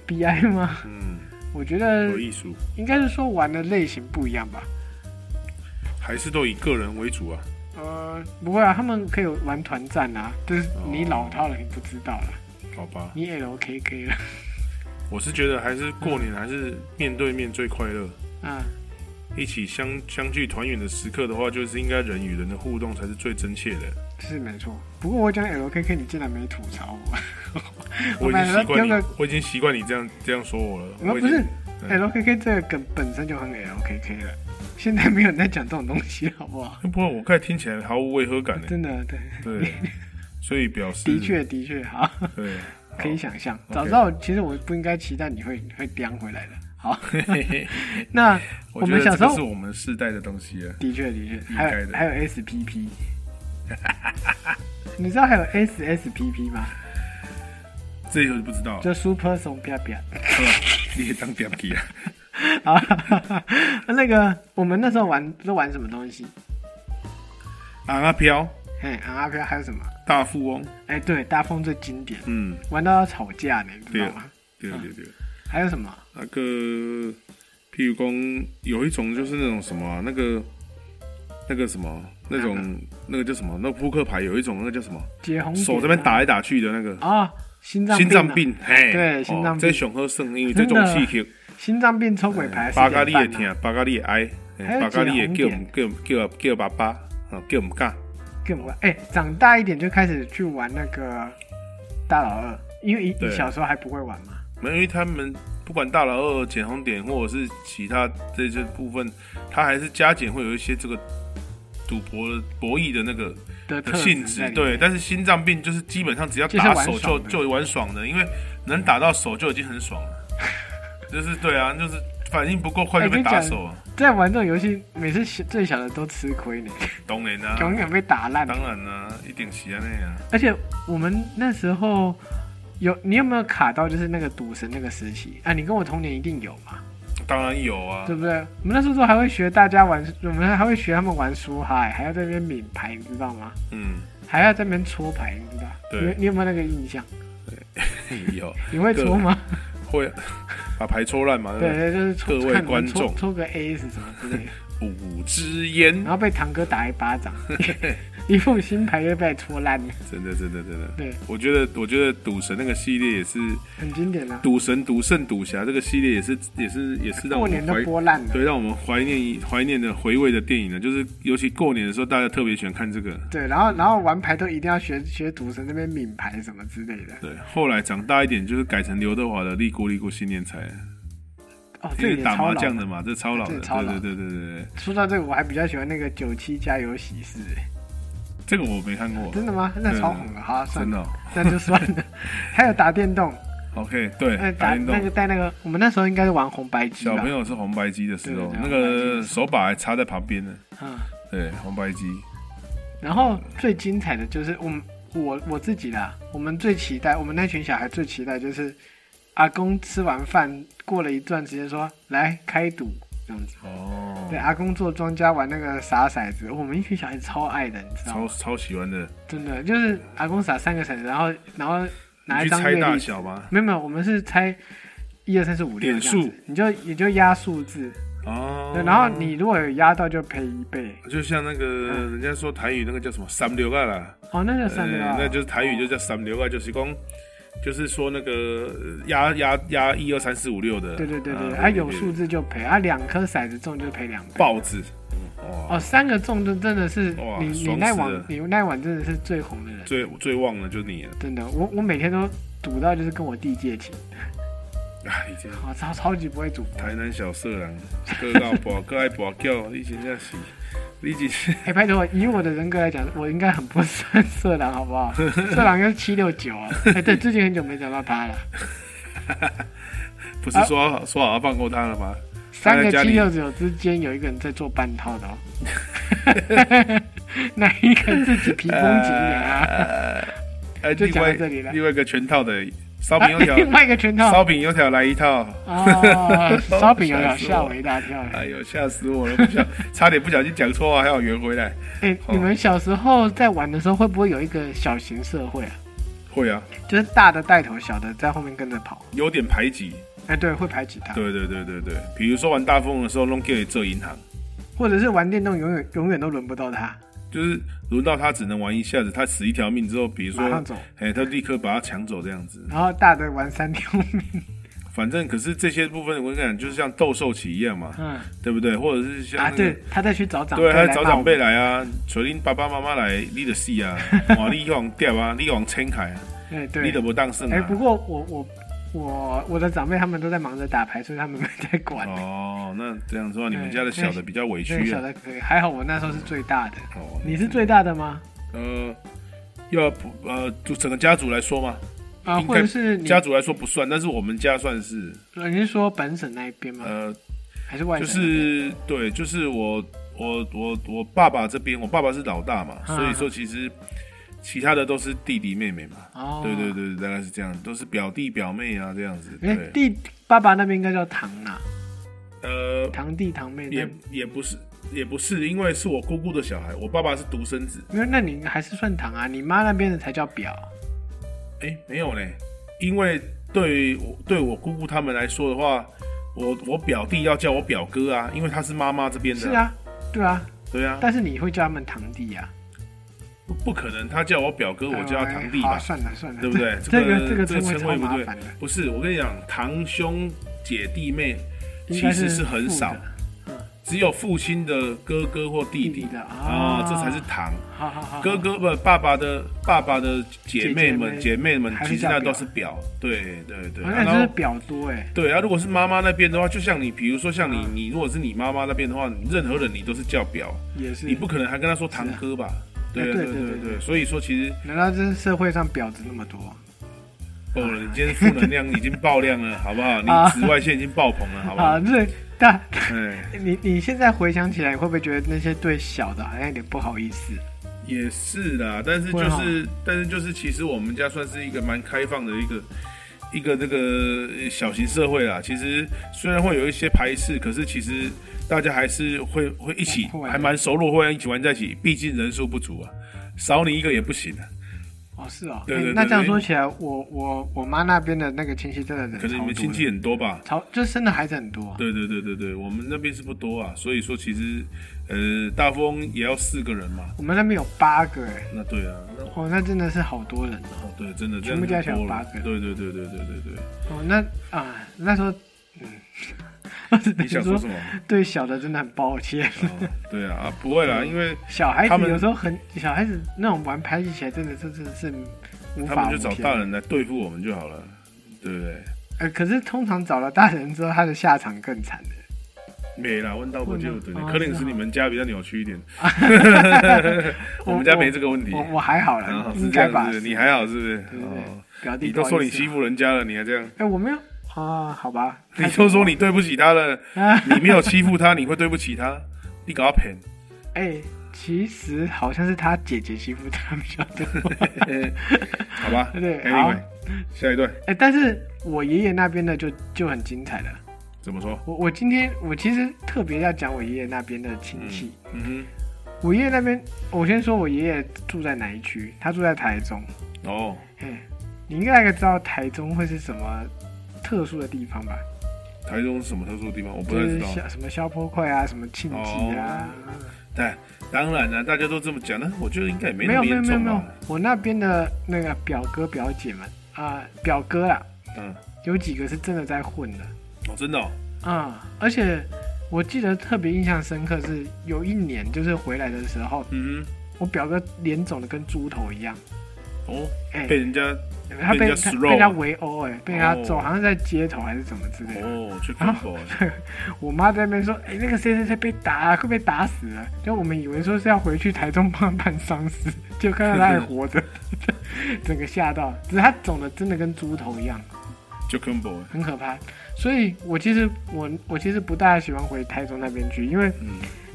Speaker 2: ，B I 吗？
Speaker 1: 嗯，
Speaker 2: 我觉得
Speaker 1: 有艺术，
Speaker 2: 应该是说玩的类型不一样吧。
Speaker 1: 还是都以个人为主啊。
Speaker 2: 啊、呃，不会啊，他们可以玩团战啊，就是你老套了，你不知道了，
Speaker 1: 好吧，
Speaker 2: 你 LKK 了，
Speaker 1: 我是觉得还是过年还是面对面最快乐，
Speaker 2: 啊，
Speaker 1: 一起相相聚团圆的时刻的话，就是应该人与人的互动才是最真切的。
Speaker 2: 是没错。不过我讲 LKK，你竟然没吐槽我，
Speaker 1: 我已
Speaker 2: 本
Speaker 1: 经
Speaker 2: 来
Speaker 1: 习惯
Speaker 2: 丢
Speaker 1: 你
Speaker 2: 个，
Speaker 1: 我已经习惯你这样这样说我了。
Speaker 2: 我
Speaker 1: 我已
Speaker 2: 不
Speaker 1: 经
Speaker 2: 是
Speaker 1: 嗯
Speaker 2: LKK 哎这个梗本身就很 LKK 了，现在没有人在讲这种东西，好不好？
Speaker 1: 哎不过我刚才听起来毫无违和感呢。
Speaker 2: 真的，对，
Speaker 1: 对，所以表示
Speaker 2: 的确，的确，好，
Speaker 1: 对，
Speaker 2: 可以想象。
Speaker 1: 哦 OK
Speaker 2: 早知道，其实我不应该期待你会会叼回来的。好，
Speaker 1: 好。
Speaker 2: 那我
Speaker 1: 觉
Speaker 2: 们
Speaker 1: 得
Speaker 2: 小
Speaker 1: 这
Speaker 2: 时
Speaker 1: 个
Speaker 2: 候
Speaker 1: 是我们世代的东西了。
Speaker 2: 的确的确，
Speaker 1: 应
Speaker 2: 还
Speaker 1: 该
Speaker 2: 有
Speaker 1: 的
Speaker 2: 还有 SPP，你知道还有 SSPP 吗？
Speaker 1: 这个不知 道，
Speaker 2: 就 Super Song 啪啪
Speaker 1: 你也当表皮啊？
Speaker 2: 啊，哈哈哈啊 那个我们那时候玩都玩什么东西？
Speaker 1: 啊啊飘，
Speaker 2: 哎，阿飘还有什么？
Speaker 1: 大富翁，
Speaker 2: 哎，对，大风最经典，
Speaker 1: 嗯，
Speaker 2: 玩到要吵架呢，你知
Speaker 1: 对
Speaker 2: 道
Speaker 1: 啊
Speaker 2: 吗？
Speaker 1: 对对对，
Speaker 2: 还有什么？
Speaker 1: 那个，譬如讲，有一种就是那种什么啊、那个，那个什么，那种那个叫什么？那扑克牌有一种那个叫什么？
Speaker 2: 解啊红点啊
Speaker 1: 手这边打来打去的那个。
Speaker 2: 啊，心脏
Speaker 1: 心脏
Speaker 2: 啊，
Speaker 1: 病，嘿，哦
Speaker 2: 对心脏病啊
Speaker 1: 这雄鹤胜，因为这种气球，
Speaker 2: 心脏病抽鬼牌，
Speaker 1: 嗯巴嘎利也
Speaker 2: 也
Speaker 1: 听，巴嘎利也爱，
Speaker 2: 啊还有
Speaker 1: 嘿巴嘎利也
Speaker 2: 几
Speaker 1: 叫
Speaker 2: 个
Speaker 1: 我
Speaker 2: 红
Speaker 1: 们叫叫叫爸爸，啊，叫我们干，
Speaker 2: 更玩。哎，长大一点就开始去玩那个大老二，因为你
Speaker 1: 对
Speaker 2: 小时候还不会玩嘛。
Speaker 1: 没有因为他们不管大老二减红点或者是其他这些部分，他还是加减会有一些这个赌博的博弈的那个
Speaker 2: 的特
Speaker 1: 的性质
Speaker 2: 在，里
Speaker 1: 对。
Speaker 2: 面，
Speaker 1: 但是心脏病就是基本上只要
Speaker 2: 就是
Speaker 1: 打
Speaker 2: 玩
Speaker 1: 手就
Speaker 2: 爽的
Speaker 1: 就玩爽的，因为能打到手就已经很爽了，就是对啊，就是反应不够快
Speaker 2: 哎
Speaker 1: 就被
Speaker 2: 跟你
Speaker 1: 打
Speaker 2: 讲
Speaker 1: 手啊，
Speaker 2: 在玩这种游戏，每次小最小的都吃亏呢，
Speaker 1: 当然啊，
Speaker 2: 永远被打烂。
Speaker 1: 当然啦、一定是安尼啊。
Speaker 2: 而且我们那时候有，你有没有卡到就是那个赌神那个时期啊？你跟我同年一定有
Speaker 1: 啊
Speaker 2: 嘛，
Speaker 1: 当然有啊
Speaker 2: 对，不对？我们那时候都还会学大家玩，我们还会学他们玩输嗨，还要在那边抿牌，你知道吗？
Speaker 1: 嗯，
Speaker 2: 还要在那边搓牌，你知道？
Speaker 1: 对
Speaker 2: 你你有没有那个印象？
Speaker 1: 有
Speaker 2: 你会搓吗？
Speaker 1: 会啊把牌抽烂嘛？对
Speaker 2: 对
Speaker 1: 不
Speaker 2: 对，就是搓
Speaker 1: 各位
Speaker 2: 看
Speaker 1: 观
Speaker 2: 搓
Speaker 1: 众
Speaker 2: 搓个 A 是什么之类的，
Speaker 1: 对，五支烟，
Speaker 2: 然后被堂哥打一巴 掌，一副新牌又被搓烂了，
Speaker 1: 真的真的真的。
Speaker 2: 对，
Speaker 1: 我觉得我觉得赌神那个系列也是，
Speaker 2: 很经典啊。
Speaker 1: 赌神、赌圣、赌侠这个系列也是也是也是让我
Speaker 2: 过年
Speaker 1: 们
Speaker 2: 都
Speaker 1: 怀。
Speaker 2: 播烂了，
Speaker 1: 对，让我们怀念怀念的回味的电影呢，就是尤其过年的时候，大家特别喜欢看这个。
Speaker 2: 对，然后然后玩牌都一定要学学赌神那边抿牌什么之类的。
Speaker 1: 对，后来长大一点，就是改成刘德华的《利姑利姑新年财》，
Speaker 2: 哦，
Speaker 1: 因
Speaker 2: 这
Speaker 1: 为
Speaker 2: 个也
Speaker 1: 打
Speaker 2: 超
Speaker 1: 麻
Speaker 2: 老
Speaker 1: 将的。嘛，这超老的，
Speaker 2: 这个超老
Speaker 1: 对对对对对对，
Speaker 2: 说到这个，我还比较喜欢那个九七加油喜事，哎
Speaker 1: 这个我没看过，
Speaker 2: 真的吗？那超红的，好啊，算
Speaker 1: 嗯真的
Speaker 2: 了，
Speaker 1: 哦、
Speaker 2: 那就算了。还有打电 动，
Speaker 1: OK，对，
Speaker 2: 那
Speaker 1: 打
Speaker 2: 打
Speaker 1: 电
Speaker 2: 哎那个
Speaker 1: 动。
Speaker 2: 带那个，我们那时候应该是玩红白机
Speaker 1: 小
Speaker 2: 吧
Speaker 1: 朋？友是红白机的时候，
Speaker 2: 嗯对对
Speaker 1: 那
Speaker 2: 对
Speaker 1: 个手把还插在旁边呢。
Speaker 2: 嗯，
Speaker 1: 对，红白机，
Speaker 2: 然后最精彩的就是我们我我自己啦，我们最期待，我们那群小孩最期待就是阿公吃完饭过了一段时间说来开赌这样子。
Speaker 1: 哦，
Speaker 2: 对，阿公做庄家玩那个撒骰子，我们一群小孩超爱的，你知道吗
Speaker 1: 超？超喜欢的。
Speaker 2: 真的就是阿公撒三个骰子，然后然后拿
Speaker 1: 你
Speaker 2: 一
Speaker 1: 去
Speaker 2: 张
Speaker 1: 猜
Speaker 2: 月
Speaker 1: 大
Speaker 2: 历纸，
Speaker 1: 小吗？
Speaker 2: 没有没有，我们是猜一二三四五六
Speaker 1: 点
Speaker 2: 这样
Speaker 1: 数
Speaker 2: 子，你就你就压数字，
Speaker 1: 哦
Speaker 2: 对，，然后你如果有压到就赔一倍，
Speaker 1: 就像那个人家说台语那个叫什么三流啊啦，
Speaker 2: 哦，那就算了
Speaker 1: 呃
Speaker 2: 啦，
Speaker 1: 那就是台语就叫三流啊，就是讲。就是说那个呃压压压一二三四五六的，
Speaker 2: 对对对对，
Speaker 1: 啊
Speaker 2: 啊有数字就赔，啊两颗骰子中就赔两倍。
Speaker 1: 豹子，哇，
Speaker 2: 哦，三个中就真的是
Speaker 1: 哇
Speaker 2: 你
Speaker 1: 爽死
Speaker 2: 你那晚
Speaker 1: 了
Speaker 2: 你那晚真的是最红的人，
Speaker 1: 最最旺的就是你了，
Speaker 2: 真的，我我每天都赌到就是跟我弟借钱，
Speaker 1: 哎，已经
Speaker 2: 啊超超级不会赌博，
Speaker 1: 台南小色狼，各到 博，各爱博叫，你真正是，你真是
Speaker 2: 哎、拜托，以我的人格来讲，我应该很不算 色狼，好不好？色狼应该是七六九啊。哎、对，最近很久没讲到他了，
Speaker 1: 不是说、
Speaker 2: 啊
Speaker 1: 说好要放过他了吗？他
Speaker 2: 三
Speaker 1: 在
Speaker 2: 个
Speaker 1: 家
Speaker 2: 七
Speaker 1: 里
Speaker 2: 六九之间有一个人在做半套的哦。 哪一个自己皮绷紧一点 啊？
Speaker 1: 呃，呃
Speaker 2: 就
Speaker 1: 另
Speaker 2: 讲到
Speaker 1: 外
Speaker 2: 这啊里了
Speaker 1: 另外一个全套的烧
Speaker 2: 啊
Speaker 1: 饼油 条，
Speaker 2: 另外一个拳
Speaker 1: 烧
Speaker 2: 套
Speaker 1: 饼油条来一套，
Speaker 2: 哦， 烧饼有点
Speaker 1: 吓死我
Speaker 2: 吓我一大跳。
Speaker 1: 哎呦吓死我了，不 小差点不小心讲错话，还要圆回来。
Speaker 2: 哎、你们小时候在玩的时候，会不会有一个小型社会啊？
Speaker 1: 会啊，
Speaker 2: 就是大的带头，小的在后面跟着跑。
Speaker 1: 有点排挤。
Speaker 2: 哎、对，会排挤他，
Speaker 1: 对对对对对，比如说玩大风的时候，弄给你做银行，
Speaker 2: 或者是玩电动，永远永远都轮不到他。
Speaker 1: 就是轮到他只能玩一下子，他死一条命之后，比如
Speaker 2: 马上
Speaker 1: 说
Speaker 2: 走，
Speaker 1: 哎，他立刻把他抢走这样子。
Speaker 2: 然后大的玩三条命，
Speaker 1: 反正可是这些部分我跟你讲，就是像斗兽棋一样嘛，
Speaker 2: 嗯
Speaker 1: 对不对？或者是像、
Speaker 2: 啊，
Speaker 1: 那个
Speaker 2: 对他再去找长辈
Speaker 1: 对，
Speaker 2: 来
Speaker 1: 还
Speaker 2: 骂
Speaker 1: 找
Speaker 2: 我
Speaker 1: 长辈
Speaker 2: 们，
Speaker 1: 来啊，找恁爸爸妈妈来，你的死 啊，哇，你往掉啊，你往撑开啊，
Speaker 2: 对对，
Speaker 1: 你都不当胜
Speaker 2: 哎、不
Speaker 1: 啊。
Speaker 2: 过我我我我的长辈他们都在忙着打牌，所以他们没在管。
Speaker 1: 哦，那这样说，你们
Speaker 2: 对
Speaker 1: 家的小的
Speaker 2: 那
Speaker 1: 比较委
Speaker 2: 所以
Speaker 1: 屈
Speaker 2: 小
Speaker 1: 啊。
Speaker 2: 的可以，还好我那时候是最大的。
Speaker 1: 哦，
Speaker 2: 你是最大的吗？
Speaker 1: 呃，要不呃，就整个家族来说嘛，
Speaker 2: 啊，
Speaker 1: 应
Speaker 2: 或
Speaker 1: 该
Speaker 2: 者是你
Speaker 1: 家族来说不算，但是我们家算是
Speaker 2: 呃你是说本省那一边吗？
Speaker 1: 呃，
Speaker 2: 还是外
Speaker 1: 就
Speaker 2: 省？
Speaker 1: 是对，就是我我我我爸爸这边，我爸爸是老大嘛，所以说其实其他的都是弟弟妹妹嘛。
Speaker 2: 哦，
Speaker 1: 对对对，大概是这样，都是表弟表妹啊这样子。
Speaker 2: 哎、
Speaker 1: 对，
Speaker 2: 弟爸爸那边应该叫堂啊，
Speaker 1: 呃，
Speaker 2: 堂弟堂妹那
Speaker 1: 也。也不是，也不是，因为是我姑姑的小孩，我爸爸是独生子。
Speaker 2: 没有，那你还是算堂啊，你妈那边的才叫表。
Speaker 1: 哎、没有嘞，因为对我对我姑姑他们来说的话，我我表弟要叫我表哥啊，因为他是妈妈这边的。
Speaker 2: 是，啊，对啊，
Speaker 1: 对啊，
Speaker 2: 但是你会叫他们堂弟啊。
Speaker 1: 不不可能，他叫我表哥，我叫他堂弟
Speaker 2: 哎好啊
Speaker 1: 吧，
Speaker 2: 算了算了，
Speaker 1: 对不对？
Speaker 2: 这
Speaker 1: 个这
Speaker 2: 个这个
Speaker 1: 称
Speaker 2: 称
Speaker 1: 谓
Speaker 2: 超
Speaker 1: 不
Speaker 2: 麻
Speaker 1: 对
Speaker 2: 烦的，，
Speaker 1: 不是我跟你讲，堂兄姐弟妹
Speaker 2: 应
Speaker 1: 其
Speaker 2: 该
Speaker 1: 实
Speaker 2: 是
Speaker 1: 很
Speaker 2: 父
Speaker 1: 少
Speaker 2: 的。嗯
Speaker 1: 只有父亲的哥哥或弟
Speaker 2: 弟弟的
Speaker 1: 啊
Speaker 2: 啊，
Speaker 1: 这才是堂。
Speaker 2: 好好好，
Speaker 1: 哥哥不，爸爸的爸爸的姐妹们、
Speaker 2: 姐姐
Speaker 1: 姐妹们，
Speaker 2: 还是
Speaker 1: 其实
Speaker 2: 叫
Speaker 1: 那
Speaker 2: 表
Speaker 1: 都是表。对对对，
Speaker 2: 好，那
Speaker 1: 然
Speaker 2: 真是
Speaker 1: 后
Speaker 2: 表多哎、
Speaker 1: 对啊，如果是妈妈那边的话，就像你，比如说像
Speaker 2: 啊
Speaker 1: 你，你如果是你妈妈那边的话，你任何人你都是叫表，
Speaker 2: 也是。
Speaker 1: 你不可能还跟他说堂哥吧？对啊
Speaker 2: 哎对
Speaker 1: 对
Speaker 2: 对
Speaker 1: 对
Speaker 2: 对
Speaker 1: 对，所以说其实
Speaker 2: 难道这社会上婊子那么多？
Speaker 1: 够哦了，你今天负能量已经爆量了，好不好？
Speaker 2: 啊
Speaker 1: 你紫外线已经爆棚了，好不
Speaker 2: 啊，
Speaker 1: 好？
Speaker 2: 这大，
Speaker 1: 哎，
Speaker 2: 你你现在回想起来，你会不会觉得那些对小的好像有点不好意思？
Speaker 1: 也是啦，但是就
Speaker 2: 会啊哈
Speaker 1: 是，但是就是，其实我们家算是一个蛮开放的一个一个这个小型社会啦。其实虽然会有一些排斥，可是其实大家还是会会一起
Speaker 2: 会，啊
Speaker 1: 还蛮熟络，会一起玩在一起。毕竟人数不足啊，少你一个也不行啊。
Speaker 2: 哦，是哦。
Speaker 1: 对对
Speaker 2: 哎
Speaker 1: 对
Speaker 2: 那这样
Speaker 1: 对
Speaker 2: 说起来，我我我妈那边的那个亲戚真的人
Speaker 1: 可能你
Speaker 2: 超
Speaker 1: 们
Speaker 2: 多
Speaker 1: 亲
Speaker 2: 的
Speaker 1: 戚很多吧？
Speaker 2: 超就生的孩子很多。
Speaker 1: 对对对对对，我们那边是不多啊，所以说其实呃，大风也要四个人嘛。
Speaker 2: 我们那边有八个哎、
Speaker 1: 那对啊，那
Speaker 2: 哦，那真的是好多人哦。
Speaker 1: 哦对，真的这
Speaker 2: 全
Speaker 1: 样
Speaker 2: 部加起
Speaker 1: 就
Speaker 2: 来
Speaker 1: 多
Speaker 2: 八
Speaker 1: 了
Speaker 2: 个。人
Speaker 1: 对对对对对对对，
Speaker 2: 哦，那啊，那时候，嗯，
Speaker 1: 你想说什么？
Speaker 2: 对小的真的很抱歉。
Speaker 1: 哦对啊，啊不会啦，因为
Speaker 2: 小孩
Speaker 1: 他
Speaker 2: 子
Speaker 1: 们
Speaker 2: 有时候很，小孩子那种玩牌起来真的是真的是无
Speaker 1: 他
Speaker 2: 法
Speaker 1: 们
Speaker 2: 无
Speaker 1: 就找
Speaker 2: 天
Speaker 1: 大。人来对付我们就好了，对不对？
Speaker 2: 呃，可是通常找了大人之后，他的下场更惨的。
Speaker 1: 没啦，问到过就对
Speaker 2: 问，到
Speaker 1: 可能是你们家比较扭曲一 点，我
Speaker 2: 我
Speaker 1: 们家没这个问题
Speaker 2: 我。我还好
Speaker 1: 啊
Speaker 2: 了，
Speaker 1: 是
Speaker 2: 应
Speaker 1: 这
Speaker 2: 该
Speaker 1: 样
Speaker 2: 吧
Speaker 1: 子，？你还好是不是？
Speaker 2: 对对
Speaker 1: 哦，
Speaker 2: 表弟
Speaker 1: 你都说你
Speaker 2: 不好意
Speaker 1: 欺
Speaker 2: 思啊，
Speaker 1: 负人家了，你还这 样？
Speaker 2: 哎，我没有啊，好吧，
Speaker 1: 你都说 你对不起他了，
Speaker 2: 啊，
Speaker 1: 你没有欺负他，你会对不起他？你搞他骗？
Speaker 2: 哎，其实好像是他姐姐欺负他比较多。
Speaker 1: 好吧？
Speaker 2: 对好
Speaker 1: anyway，下一段
Speaker 2: 哎，但是我爷爷那边的就就很精彩了。
Speaker 1: 怎么说？
Speaker 2: 我我今天我其实特别要讲我爷爷那边的亲戚。
Speaker 1: 嗯
Speaker 2: 我爷爷那边，我先说我爷爷住在哪一区，他住在台中。
Speaker 1: 哼，哦，
Speaker 2: 嘿，你应该大概知道台中会是什么特殊的地方吧？
Speaker 1: 台中是什么特殊的地方？我不
Speaker 2: 就
Speaker 1: 太
Speaker 2: 是
Speaker 1: 知道。哦
Speaker 2: 像什么消坡块啊，什么庆记啊，
Speaker 1: 但当然了、大家都这么讲，那我觉得应该也没那
Speaker 2: 没有
Speaker 1: 么
Speaker 2: 没有
Speaker 1: 严
Speaker 2: 没
Speaker 1: 重
Speaker 2: 有
Speaker 1: 哦啊
Speaker 2: 没有
Speaker 1: 吧。，
Speaker 2: 我那边的那个表哥表姐们啊、表哥啦，
Speaker 1: 嗯，
Speaker 2: 有几个是真的在混的
Speaker 1: 哦，真的、哦，
Speaker 2: 啊、而且我记得特别印象深刻是有一年，就是回来的时候，
Speaker 1: 嗯
Speaker 2: 我表哥脸肿的跟猪头一样，
Speaker 1: 哼，哦，
Speaker 2: 哎、
Speaker 1: 被人家
Speaker 2: 他
Speaker 1: 被
Speaker 2: 被
Speaker 1: 人家
Speaker 2: 他
Speaker 1: throw
Speaker 2: 被人家围殴哎，被人家
Speaker 1: 哦
Speaker 2: 揍，好像在街头还是怎么之类的。
Speaker 1: 哦去看狗，
Speaker 2: 我妈在那边说：“哎、那个谁谁谁被打，快被打死了。”就我们以为说是要回去台中帮他办丧事，就看到他还活着， 整个吓到。只是他肿的真的跟猪头一样，
Speaker 1: 就看狗，
Speaker 2: 很可怕。所以我其实我我其实不大喜欢回台中那边去，因为
Speaker 1: 嗯，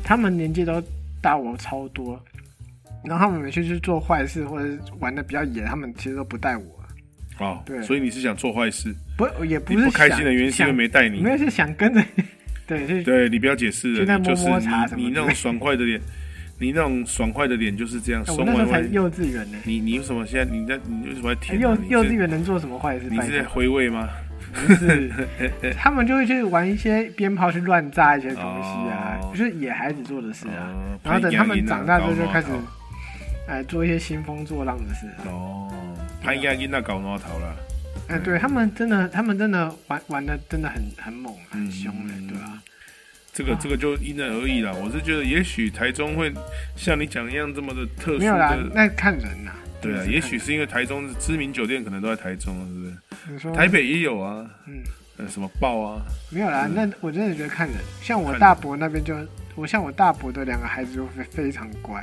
Speaker 2: 他们年纪都大我超多，然后他们每次去做坏事或者是玩的比较野，他们其实都不带我。
Speaker 1: 哦，
Speaker 2: 对
Speaker 1: 所以你是想做坏事，
Speaker 2: 不，也不
Speaker 1: 你
Speaker 2: 是
Speaker 1: 不开
Speaker 2: 想
Speaker 1: 心的原因是因为
Speaker 2: 想
Speaker 1: 没带你
Speaker 2: 没，有是想跟着， 对，是
Speaker 1: 对你不要解释
Speaker 2: 去
Speaker 1: 了，
Speaker 2: 那
Speaker 1: 你就
Speaker 2: 摸
Speaker 1: 是
Speaker 2: 摸茶什么
Speaker 1: 你你那
Speaker 2: 之类
Speaker 1: 种爽快的脸，你那种爽快的脸就是这样，
Speaker 2: 哎
Speaker 1: 松
Speaker 2: 我那时
Speaker 1: 歪
Speaker 2: 候才
Speaker 1: 歪。
Speaker 2: 幼稚园呢、
Speaker 1: 你你为什么现在你在你为什么在舔啊、
Speaker 2: 幼
Speaker 1: 你
Speaker 2: 幼
Speaker 1: 是
Speaker 2: 稚园能做什么坏事？
Speaker 1: 你
Speaker 2: 拜
Speaker 1: 是在
Speaker 2: 托，
Speaker 1: 回味吗？
Speaker 2: 就是 他们就会去玩一些鞭炮去乱炸一些东西啊，
Speaker 1: 哦
Speaker 2: 就是野孩子做的事啊。
Speaker 1: 哦
Speaker 2: 然后等他们长大之后就开始
Speaker 1: 攀岩啊，
Speaker 2: 哎，做一些兴风作浪的事啊。
Speaker 1: 哦，潘
Speaker 2: 啊
Speaker 1: 亚因那搞哪头啦？
Speaker 2: 哎，对他们真的，他们真的玩玩的真的很很猛啊，很凶的，
Speaker 1: 嗯
Speaker 2: 对啊。
Speaker 1: 这个这个就因人而异啦。我是觉得，也许台中会像你讲一样这么的特殊
Speaker 2: 没有啦，
Speaker 1: 的，
Speaker 2: 那看人呐。
Speaker 1: 对
Speaker 2: 真的
Speaker 1: 啊，
Speaker 2: 是看
Speaker 1: 也许是因为台中知名酒店可能都在台中，是不是？
Speaker 2: 你说
Speaker 1: 台北也有啊，
Speaker 2: 嗯
Speaker 1: 呃，什么豹啊，
Speaker 2: 没有啦，那我真的觉得看人。像我大伯那边就，我像我大伯的两个孩子就非非常乖，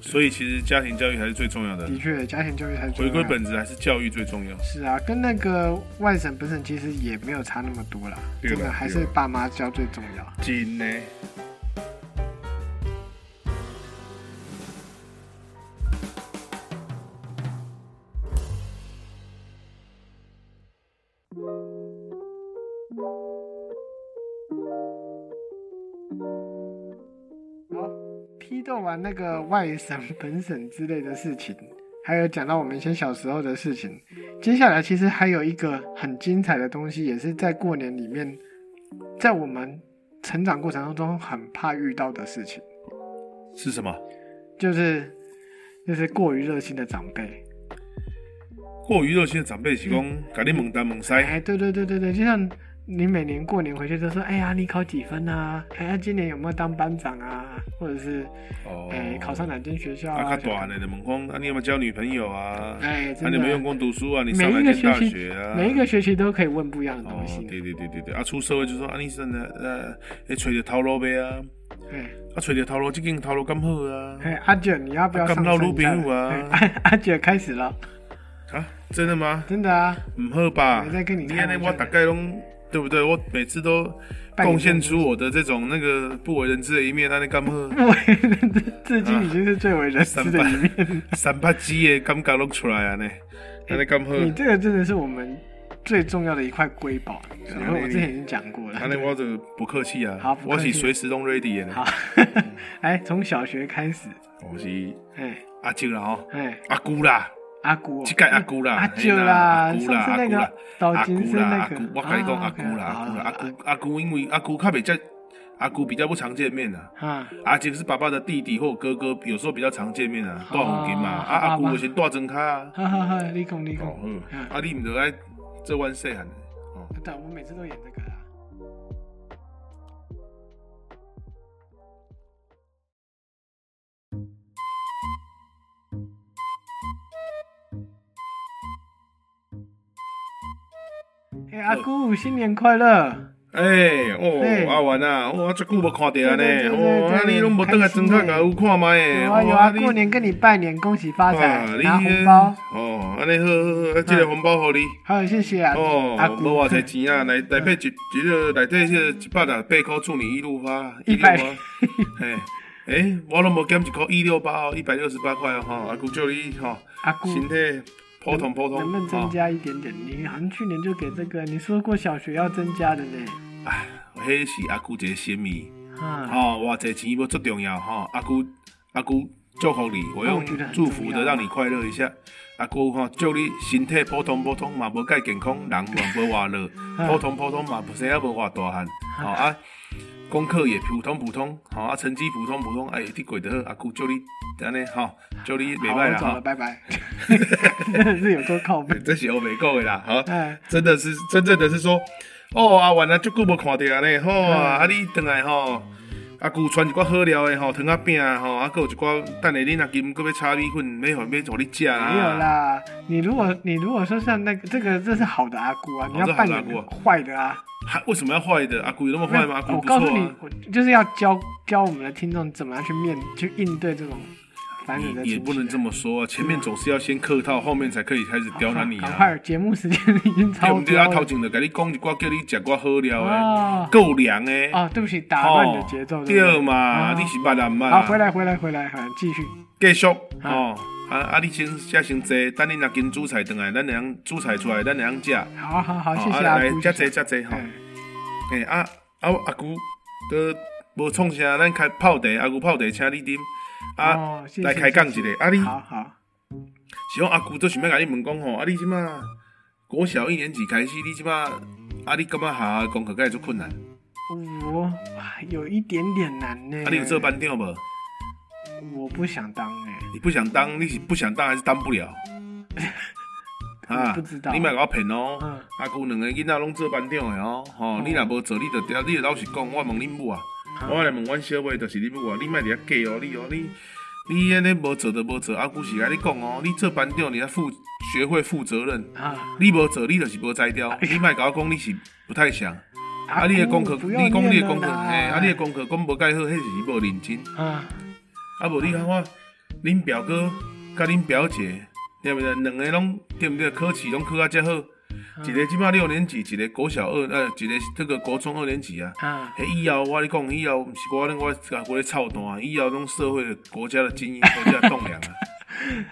Speaker 1: 所以其实家庭教育还是最重要的
Speaker 2: 的，确啊家庭教育才重
Speaker 1: 嗯回
Speaker 2: 要
Speaker 1: 归本质还是教育最重要。
Speaker 2: 是啊，跟那个外省本省其实也没有差那么多啦，
Speaker 1: 对啦
Speaker 2: 真的还
Speaker 1: 对
Speaker 2: 是
Speaker 1: 啦
Speaker 2: 爸妈教最重要。
Speaker 1: 紧呢？
Speaker 2: 好，批斗完那个外省本省之类的事情，还有讲到我们一些小时候的事情，接下来其实还有一个很精彩的东西，也是在过年里面，在我们成长过程当中很怕遇到的事情，
Speaker 1: 是什么？
Speaker 2: 就是就是过于热心的长辈。
Speaker 1: 过于热心的长辈提供，赶紧猛单猛塞，
Speaker 2: 嗯哎，对对对对对，就像你每年过年回去就说，哎呀，你考几分啊？哎呀，今年有没有当班长啊？或者是
Speaker 1: 哦
Speaker 2: 哎，考上哪间学校
Speaker 1: 啊，
Speaker 2: 啊？
Speaker 1: 较大呢的猛讲，啊，你有没有交女朋友啊？
Speaker 2: 哎，
Speaker 1: 啊，
Speaker 2: 真
Speaker 1: 你有没有用。
Speaker 2: 的
Speaker 1: 功读书啊？你
Speaker 2: 每
Speaker 1: 上哪
Speaker 2: 一个
Speaker 1: 间
Speaker 2: 学
Speaker 1: 大
Speaker 2: 期，
Speaker 1: 学啊？
Speaker 2: 每一个学期都可以问不一样的
Speaker 1: 哦
Speaker 2: 东西，。
Speaker 1: 对对对对对，啊，出社会就说啊，你真的呃，会揣着头路呗啊，
Speaker 2: 对，
Speaker 1: 啊，揣着头路，这间头路咁好啊，
Speaker 2: 哎，阿卷，你要不要
Speaker 1: 啊干
Speaker 2: 上
Speaker 1: 不到
Speaker 2: 山一下
Speaker 1: 女朋友啊
Speaker 2: 哎阿阿卷开始了，
Speaker 1: 啊，真的吗？
Speaker 2: 真的啊，
Speaker 1: 唔好吧？
Speaker 2: 没在跟你开玩
Speaker 1: 看
Speaker 2: 笑的
Speaker 1: 我大概拢对不对？我每次都
Speaker 2: 扮演
Speaker 1: 贡献出我的这种那个不为人知的一面，那你干 好
Speaker 2: 不为人知，至今已经是最
Speaker 1: 啊
Speaker 2: 为人知的一 面。
Speaker 1: 三八鸡的感觉拢出来啊呢，那你干好？
Speaker 2: 你这个真的是我们最重要的一块瑰宝，
Speaker 1: 啊
Speaker 2: 然后我之前已经讲过了
Speaker 1: 那。你我就不客气
Speaker 2: 好
Speaker 1: 啊，
Speaker 2: 不
Speaker 1: 我
Speaker 2: 客气
Speaker 1: 是随时拢 ready 的呢
Speaker 2: 好， 哎，从小学开始，
Speaker 1: 我是
Speaker 2: 哎
Speaker 1: 阿舅啦吼，
Speaker 2: 哎，
Speaker 1: 阿姑啦。
Speaker 2: 阿姑哦，
Speaker 1: 这个阿姑啦，
Speaker 2: 阿舅
Speaker 1: 阿
Speaker 2: 啊啦，
Speaker 1: 姑
Speaker 2: 上
Speaker 1: 啦，
Speaker 2: 次那个
Speaker 1: 阿
Speaker 2: 岛
Speaker 1: 姑
Speaker 2: 金是
Speaker 1: 啦，
Speaker 2: 那
Speaker 1: 阿
Speaker 2: 个
Speaker 1: 姑，，我跟你讲，阿姑啦，
Speaker 2: 啊
Speaker 1: 阿姑啦，阿，
Speaker 2: OK，
Speaker 1: 姑阿姑，因为阿姑较比较，阿姑比较不常见面啊。
Speaker 2: 好啊，
Speaker 1: 阿杰是爸爸的弟弟或哥哥，有时候比较常见面啊，大红金嘛，
Speaker 2: 哦
Speaker 1: 啊
Speaker 2: 好吧嗯
Speaker 1: 阿姑有时大庄卡啊，
Speaker 2: 哈哈哈，立功立
Speaker 1: 哦
Speaker 2: 功，
Speaker 1: 好，啊你唔得爱这弯细汉的，哦，
Speaker 2: 但啊我们每次都演这个啦。啊哎，阿姑，新年快乐！
Speaker 1: 哎
Speaker 2: 对
Speaker 1: 哦阿元啊，哇这久无看到呢
Speaker 2: 对对对，对
Speaker 1: 哦啊你拢无登来庄卡甲有看麦诶，
Speaker 2: 有啊有
Speaker 1: 哦
Speaker 2: 啊，
Speaker 1: 你
Speaker 2: 过年跟你拜年，恭喜发财
Speaker 1: 哇，
Speaker 2: 拿
Speaker 1: 你啊
Speaker 2: 红包。
Speaker 1: 哦，安尼好好好，啊这个红包互你。
Speaker 2: 好，谢谢啊，嗯
Speaker 1: 哦，
Speaker 2: 阿
Speaker 1: 无
Speaker 2: 姑
Speaker 1: 偌。侪钱啊，来来配一一个来底个一百六八箍，祝你一路发
Speaker 2: 一百
Speaker 1: 六八，嘿，诶，我拢无减一箍，一六八哦，一百六十八块哦，吼，阿姑祝你吼，
Speaker 2: 阿姑，
Speaker 1: 身体普通普通，
Speaker 2: 能不能增
Speaker 1: 啊
Speaker 2: 加一点点？你好像去年就给这个，你说过小学要增加的呢。
Speaker 1: 哦？哎，迄是阿姑一个心意，
Speaker 2: 啊，
Speaker 1: 吼，偌侪钱无足重要吼，阿姑阿姑祝福你，我
Speaker 2: 那我
Speaker 1: 用
Speaker 2: 觉哦得很
Speaker 1: 祝福
Speaker 2: 重
Speaker 1: 的
Speaker 2: 要
Speaker 1: 让你快乐一下。阿姑吼，祝你身体普通普通嘛，无介健康，人嘛无偌 热，
Speaker 2: 嗯
Speaker 1: 普通普通嘛，不生也无偌大汉，吼啊，功课也普通普通，吼啊，成绩普通普通，哎，你过得好，阿姑祝你安尼吼，祝你袂
Speaker 2: 好，
Speaker 1: 歹
Speaker 2: 我
Speaker 1: 啦
Speaker 2: 走了，
Speaker 1: 吼，
Speaker 2: 拜 拜。真的是有够靠背。
Speaker 1: 这是欧美国的啦，好，
Speaker 2: 哎，
Speaker 1: 真的是真正的是说，哦啊，原来足久无看到安尼，吼啊，
Speaker 2: 嗯
Speaker 1: 啊你转来吼，啊舅传一寡好料的吼，糖仔饼啊吼，啊还有一寡，等下恁阿金搁要炒米粉，要互要互你食啊，嗯
Speaker 2: 没有，啦，你如果你如果说像那个这个这是好的阿姑啊，你要
Speaker 1: 这好
Speaker 2: 扮
Speaker 1: 的阿
Speaker 2: 演
Speaker 1: 姑啊
Speaker 2: 坏的啊。
Speaker 1: 还为什么要坏的？阿舅有那么坏吗？阿舅
Speaker 2: 我
Speaker 1: 不错
Speaker 2: 告诉你
Speaker 1: 啊，，
Speaker 2: 我就是要教教我们的听众怎么样去面去应对这种烦人的
Speaker 1: 你也
Speaker 2: 亲戚
Speaker 1: 不能这么说啊，前面总是要先客套，后面才可以开始刁难你
Speaker 2: 赶
Speaker 1: 啊。
Speaker 2: 快，节目时间已经
Speaker 1: 对
Speaker 2: 超
Speaker 1: 不对啊？
Speaker 2: 标
Speaker 1: 头
Speaker 2: 了。
Speaker 1: 前就甲你讲一寡，叫你食寡好料的，
Speaker 2: 啊
Speaker 1: 够凉的，
Speaker 2: 啊，对不起，打断你的节奏。
Speaker 1: 哦
Speaker 2: 对不对
Speaker 1: 对嘛，
Speaker 2: 啊
Speaker 1: 你是捌啊毋捌
Speaker 2: 好，
Speaker 1: 啊？
Speaker 2: 回来回来回来，好，继续。
Speaker 1: 继续哦。啊啊！你先先先坐，等恁若跟煮菜转来，咱会用煮菜出来，咱会用食。
Speaker 2: 好好好，谢
Speaker 1: 哦
Speaker 2: 谢
Speaker 1: 啊
Speaker 2: 阿
Speaker 1: 来
Speaker 2: 姑。
Speaker 1: 遮
Speaker 2: 谢
Speaker 1: 济
Speaker 2: 谢
Speaker 1: 遮济吼。
Speaker 2: 嗯
Speaker 1: 嘿啊啊！阿姑都无创啥，咱开泡茶，阿姑泡茶请你啉。啊，
Speaker 2: 哦谢谢
Speaker 1: 来开讲一
Speaker 2: 谢谢
Speaker 1: 下。啊，你
Speaker 2: 好好，
Speaker 1: 是讲阿姑都想要甲你问讲吼，啊，你即马国小一年级开始，你即马啊，你感觉下功课该做困难？啊，
Speaker 2: 我啊有一点点难呢、
Speaker 1: 你有这班长无？
Speaker 2: 我不想当哎、
Speaker 1: 你不想当，你是不想当还是当不了？啊，
Speaker 2: 不知道
Speaker 1: 你莫甲我骗哦！
Speaker 2: 嗯
Speaker 1: 啊，有两个囡仔拢做班长的哦，吼、你若无做，你就你就老实讲，我问恁母啊，我来问阮小妹，就是恁母啊，你莫伫遐假哦，你哦你。你安尼无做就无做，啊，古是甲你讲哦，你做班长，你要负学会负责任。
Speaker 2: 啊，
Speaker 1: 你无做，你就是无才调。
Speaker 2: 哎
Speaker 1: 你莫甲我讲你是不太想，啊，你的功课，
Speaker 2: 不要
Speaker 1: 你讲你
Speaker 2: 念
Speaker 1: 的
Speaker 2: 了
Speaker 1: 功课，
Speaker 2: 啦
Speaker 1: 嘿，啊，你的功课讲无介好，迄是无认真。
Speaker 2: 啊，
Speaker 1: 啊，无你
Speaker 2: 嗯
Speaker 1: 看我，恁表哥甲恁表姐，对不对？两个拢对不对？考试拢考啊遮好，
Speaker 2: 嗯
Speaker 1: 一个即满六年级，一个国小二，呃，一个这个国中二年级啊。
Speaker 2: 啊，
Speaker 1: 迄以后我跟你讲，以后毋是我咧我甲我咧操蛋啊，以后拢社会的国家的精英，国家的栋 梁啊。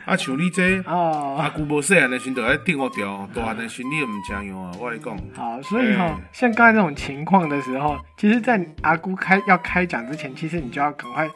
Speaker 1: 啊，像你这。啊，
Speaker 2: 哦，
Speaker 1: 旧无细汉的时阵就爱定好
Speaker 2: 啊
Speaker 1: 调，大汉的时阵你就毋正样啊！我跟你讲，
Speaker 2: 好，所以哈、
Speaker 1: 哎
Speaker 2: 像刚才这种情况的时候，其实，在阿姑开要开讲之前，其实你就要赶快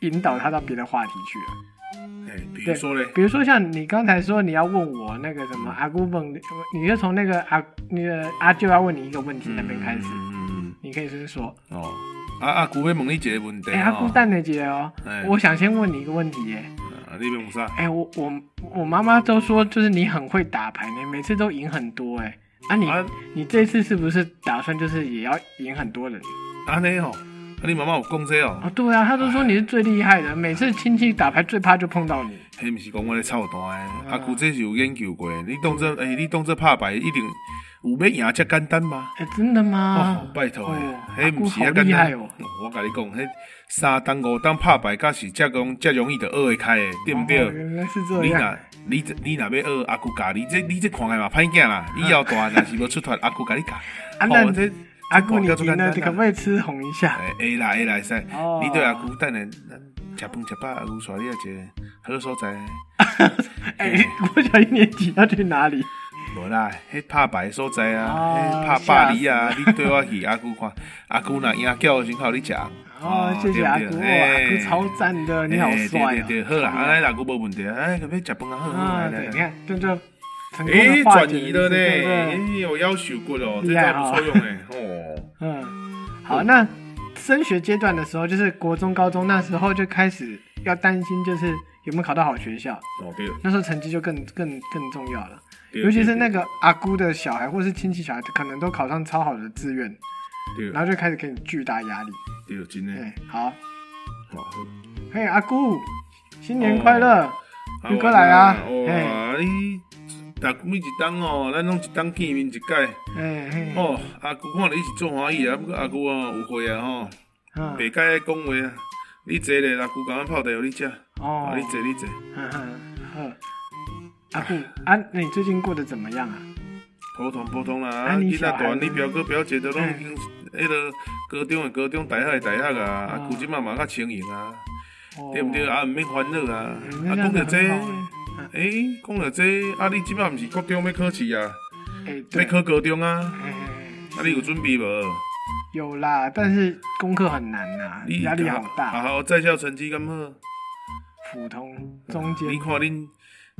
Speaker 2: 引导他到别的话题去了。
Speaker 1: 哎、比如
Speaker 2: 对
Speaker 1: 说嘞，
Speaker 2: 比如说像你刚才说你要问我那个什么阿姑问，你就从那个阿那个阿舅要问你一个问题那边开始，
Speaker 1: 嗯嗯
Speaker 2: 你可以先说，
Speaker 1: 嗯，哦，啊啊，古要问你一个问题
Speaker 2: 哎、阿姑
Speaker 1: 哦，
Speaker 2: 蛋的姐哦
Speaker 1: 哎，
Speaker 2: 我想先问你一个问题耶，
Speaker 1: 啊你要问啥？
Speaker 2: 哎、我我我妈妈都说就是你很会打牌呢，每次都赢很多哎， 啊你
Speaker 1: 啊
Speaker 2: 你这次是不是打算就是也要赢很多人？
Speaker 1: 安尼哦，啊你妈妈有讲这
Speaker 2: 哦
Speaker 1: 哦，，
Speaker 2: 对啊，她都说你是最厉害的，每次亲戚打牌最怕就碰到你。
Speaker 1: 迄毋是讲我咧操蛋的，啊古这是有研究过的，你当做哎、你当做拍牌一定有要赢遮简单吗？
Speaker 2: 哎、真的吗？
Speaker 1: 哦，拜托
Speaker 2: 哦
Speaker 1: 诶，
Speaker 2: 阿
Speaker 1: 迄
Speaker 2: 姑
Speaker 1: 毋是啊
Speaker 2: 好
Speaker 1: 遐
Speaker 2: 厉
Speaker 1: 简
Speaker 2: 害
Speaker 1: 单。
Speaker 2: 哦。
Speaker 1: 我甲你讲，迄三档五档拍牌，甲是遮容遮容易就学会开的，对毋对？
Speaker 2: 哦原来是这
Speaker 1: 你
Speaker 2: 样。
Speaker 1: 若你这你若要学阿姑教你，这你这看起来嘛歹囝啦，以后大汉若是无出头，阿姑教你教。
Speaker 2: 啊
Speaker 1: 好
Speaker 2: 那
Speaker 1: 这
Speaker 2: 阿姑，你
Speaker 1: 这看起
Speaker 2: 赢
Speaker 1: 来
Speaker 2: 了，
Speaker 1: 很简
Speaker 2: 可
Speaker 1: 单
Speaker 2: 不
Speaker 1: 啦
Speaker 2: 可以吃红一下？
Speaker 1: 哎会啦会啦会使，
Speaker 2: 哦
Speaker 1: 你对阿姑等下咱食饭食饱，阿姑带你啊一个好所在。
Speaker 2: 哎、 国小一年级要去哪里？
Speaker 1: 无啦，迄啊拍牌的所在啊，
Speaker 2: 哦
Speaker 1: 迄拍巴黎啊，你对我去阿姑看， 阿姑若赢叫的时候靠你食。
Speaker 2: 哦，谢谢阿姑，哇阿姑超赞的，你好帅
Speaker 1: 哎对
Speaker 2: 哦。
Speaker 1: 对对，好啊啦，安尼阿姑无问题啊， 哎，可不可以食饭啊？好好，
Speaker 2: 啊，
Speaker 1: 来来
Speaker 2: 对，
Speaker 1: 来
Speaker 2: 你。看，这就成功
Speaker 1: 哎，
Speaker 2: 的化
Speaker 1: 转
Speaker 2: 解
Speaker 1: 移了
Speaker 2: 了一次
Speaker 1: 呢，
Speaker 2: 对不
Speaker 1: 哎
Speaker 2: 对
Speaker 1: 有要求过了，这
Speaker 2: 厉害
Speaker 1: 招
Speaker 2: 哦
Speaker 1: 不错用哎，哦，
Speaker 2: 嗯，好，那升学阶段的时候，就是国中、高中那时候就开始要担心，就是有没有考到好学校，
Speaker 1: 哦对了，
Speaker 2: 那时候成绩就更更更重要了。
Speaker 1: 对
Speaker 2: 尤其是
Speaker 1: 对
Speaker 2: 那个阿姑的小孩或是亲戚小孩，可能都考上超好的志
Speaker 1: 嗯
Speaker 2: 愿，
Speaker 1: 对
Speaker 2: 然后就开始给你巨大压力。
Speaker 1: 对，真的，哦
Speaker 2: 对，好，
Speaker 1: 好
Speaker 2: 嘿，阿姑，新年快
Speaker 1: 哦
Speaker 2: 乐！
Speaker 1: 好
Speaker 2: 又过来啊
Speaker 1: 哇，你大姑每一档哦，咱拢一档见面一届，
Speaker 2: 哎嘿，
Speaker 1: 哦，阿姑看你是做欢喜啊，不过阿姑哦有会啊吼，
Speaker 2: 嗯
Speaker 1: 袂该讲话啊，你坐咧，阿姑甲阮泡茶互你食，
Speaker 2: 哦
Speaker 1: 啊，你坐你坐，
Speaker 2: 嗯嗯嗯，阿姑啊，那你最近过得怎么样啊？
Speaker 1: 普通普通啦，
Speaker 2: 啊嗯
Speaker 1: 啊
Speaker 2: 你
Speaker 1: 囡仔
Speaker 2: 小
Speaker 1: 大
Speaker 2: 孩
Speaker 1: 汉，
Speaker 2: 呢
Speaker 1: 你表哥表姐都拢已经迄个高中的高中，大学的大学啊，阿
Speaker 2: 哦
Speaker 1: 姑即嘛嘛较轻盈啊。
Speaker 2: 哦
Speaker 1: 对毋对？啊，毋免烦恼啊
Speaker 2: 嗯。
Speaker 1: 啊，
Speaker 2: 那
Speaker 1: 讲
Speaker 2: 这样
Speaker 1: 到
Speaker 2: 子
Speaker 1: 这，
Speaker 2: 很好欸
Speaker 1: 诶，讲到这，啊，你即摆毋是高中要考试啊？
Speaker 2: 哎，
Speaker 1: 要
Speaker 2: 对，
Speaker 1: 考高中啊？
Speaker 2: 哎哎
Speaker 1: 啊，你有准备无？
Speaker 2: 有啦，但是功课很难呐、
Speaker 1: 你
Speaker 2: 压力好
Speaker 1: 啊，
Speaker 2: 大，
Speaker 1: 好，在校成绩敢好？
Speaker 2: 普通中间
Speaker 1: 你看恁，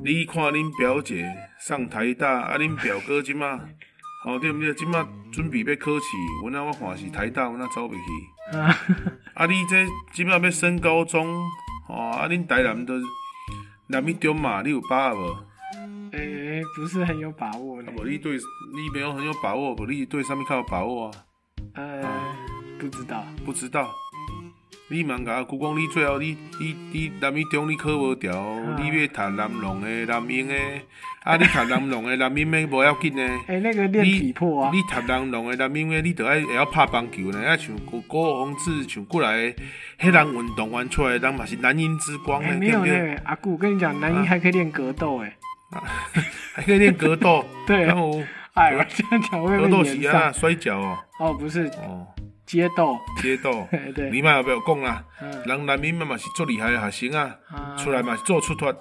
Speaker 1: 你看恁表姐上台大，啊，恁表哥即摆， 吼对毋对？即摆准备要考试，阮啊，我看是台大，阮啊走袂去。
Speaker 2: 啊，
Speaker 1: 啊，你这即摆要升高中，哦，啊，恁台南都南一中嘛，你有把握无？
Speaker 2: 哎、不是很有把握
Speaker 1: 啊
Speaker 2: 呢，
Speaker 1: 无你对你没有很有把握，无你对上面较有把握啊？
Speaker 2: 呃，不知道，
Speaker 1: 不知道。你茫甲故讲，你最后你你你南一中你考无掉，你要读南农的、南英的，啊你读南农的、南英的无要紧的。
Speaker 2: 哎、那个练
Speaker 1: 你
Speaker 2: 体魄啊，
Speaker 1: 你读南农的、南英的，你着爱会晓拍棒球呢，啊像郭郭宏志像过来的，迄人运动员出来的人嘛是南英之光
Speaker 2: 哎、
Speaker 1: 呢，
Speaker 2: 没
Speaker 1: 对
Speaker 2: 有
Speaker 1: 不
Speaker 2: 呢、
Speaker 1: 对？
Speaker 2: 阿姑，我跟你
Speaker 1: 啊
Speaker 2: 讲，男一还可以练格斗、哎、，
Speaker 1: 还可以练格斗
Speaker 2: 对
Speaker 1: 然后
Speaker 2: 哎，我这样讲会
Speaker 1: 啊格
Speaker 2: 被
Speaker 1: 斗
Speaker 2: 连
Speaker 1: 是
Speaker 2: 上
Speaker 1: 啊，，摔跤哦，
Speaker 2: 哦，不是
Speaker 1: 哦，
Speaker 2: 街斗，，
Speaker 1: 街斗
Speaker 2: 对
Speaker 1: 你嘛不要讲啦。
Speaker 2: 嗯，
Speaker 1: 人南面嘛嘛是足厉害的学生啊，
Speaker 2: 啊
Speaker 1: 出来嘛是做出脱。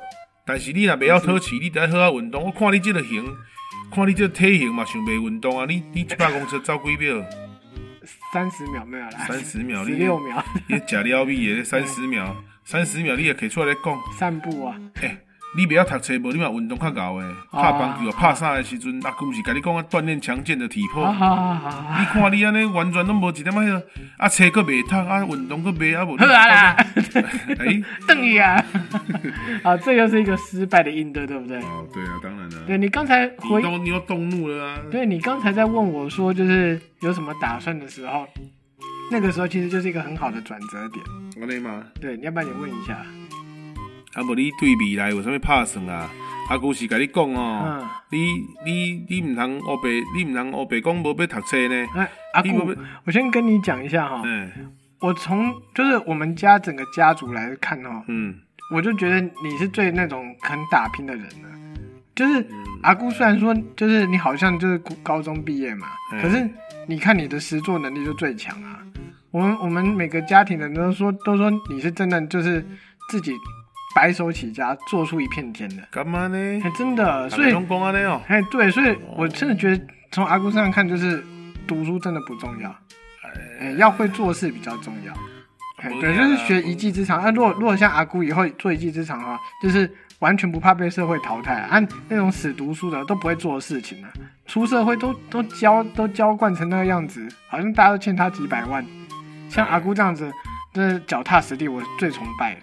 Speaker 1: 但是你若袂晓讨气，你得好好运动。我看你即个型，看你即个体型嘛，想袂运动啊。你你一百公尺走几秒？
Speaker 2: 三十秒没有啦，
Speaker 1: 30秒
Speaker 2: 十
Speaker 1: 你
Speaker 2: 六秒
Speaker 1: 你食了米的三十秒，三十秒你也可以出来咧讲。
Speaker 2: 散步啊，
Speaker 1: 哎，你不要读册，无你嘛运动较牛诶，
Speaker 2: 哦
Speaker 1: 拍棒球、拍啥诶时阵，阿姑毋是甲你讲啊，锻炼强健的体 魄。
Speaker 2: 好好好好好，
Speaker 1: 你看你安尼完全拢无一点仔迄个，啊册佫袂读，啊运动佫袂，啊无。
Speaker 2: 好啊啦，
Speaker 1: 哎，
Speaker 2: 邓宇啊， 啊，这又是一个失败的应对，对不对？
Speaker 1: 哦，对啊，当然啦、
Speaker 2: 对你刚才回
Speaker 1: 你都你又动怒了啊！
Speaker 2: 对你刚才在问我说，就是有什么打算的时候，那个时候其实就是一个很好的转折点。
Speaker 1: 我尼嘛，
Speaker 2: 对，要不然你问一下，
Speaker 1: 啊无你对未来有啥物拍算啊？啊，古是甲你讲哦，
Speaker 2: 嗯
Speaker 1: 你你你毋通乌白，你毋通乌白讲无要读册呢。
Speaker 2: 哎，阿
Speaker 1: 你会不
Speaker 2: 顾
Speaker 1: 会，
Speaker 2: 我先跟你讲一下哈、
Speaker 1: 嗯
Speaker 2: 我从就是我们家整个家族来看哦，
Speaker 1: 嗯，
Speaker 2: 我就觉得你是最那种肯打拼的人了。就是阿姑虽然说就是你好像就是高中毕业嘛，
Speaker 1: 嗯
Speaker 2: 可是你看你的实作能力就最强啊。我们我们每个家庭的人都说都说你是真的就是自己白手起家做出一片天的，
Speaker 1: 干嘛呢？
Speaker 2: 哎，真的。
Speaker 1: 大
Speaker 2: 所
Speaker 1: 家
Speaker 2: 以
Speaker 1: 拢讲安尼哦，
Speaker 2: 哎，对，所以我真的觉得从阿姑身上看，就是读书真的不重要，哎，要会做事比较重要。哎，
Speaker 1: 不一
Speaker 2: 对，
Speaker 1: 样
Speaker 2: 就
Speaker 1: 啊
Speaker 2: 是学一技之长。那、如果如果像阿姑以后做一技之长的话，就是完全不怕被社会淘汰啊。啊那种死读书的都不会做事情啊，出社会都都教都教惯成那个样子，好像大家都欠他几百万。像阿姑这样子，真的脚踏实地，我最崇拜了。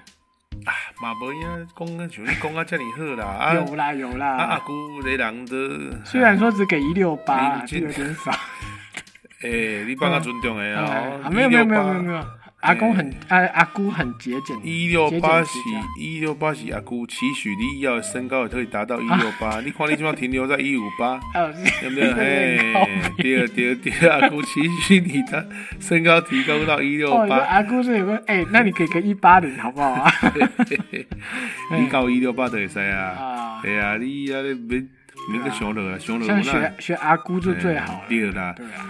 Speaker 1: 啊嘛无影讲啊，像你讲啊遮尔好啦，啊
Speaker 2: 有啦有啦，
Speaker 1: 啊阿姑这人都，
Speaker 2: 虽然说只给一六八，
Speaker 1: 你
Speaker 2: 这
Speaker 1: 今
Speaker 2: 有点少。
Speaker 1: 诶，你帮我尊重诶哦
Speaker 2: 啊，，没有没有没有没有没有，阿公很阿阿姑很节俭，
Speaker 1: 一六八是
Speaker 2: 节俭持家
Speaker 1: 一六八是阿姑期许你要的身高也可以达到一六
Speaker 2: 啊
Speaker 1: 八，你看你今晚停留在一五八，
Speaker 2: 呃，
Speaker 1: 对 哎不对？嘿，第二第二第二阿姑期许你的身高提高到一六
Speaker 2: 哦，你说
Speaker 1: 八，
Speaker 2: 阿姑是有个
Speaker 1: 嗯
Speaker 2: 哎，那你可以给一八零好不好 啊？
Speaker 1: 你到一六八就会使啊。
Speaker 2: 啊，
Speaker 1: 哎呀，你啊你免免去想落啊，想落
Speaker 2: 像
Speaker 1: 有那
Speaker 2: 学。学阿姑就最好了，
Speaker 1: 哎对啦，
Speaker 2: 对啊，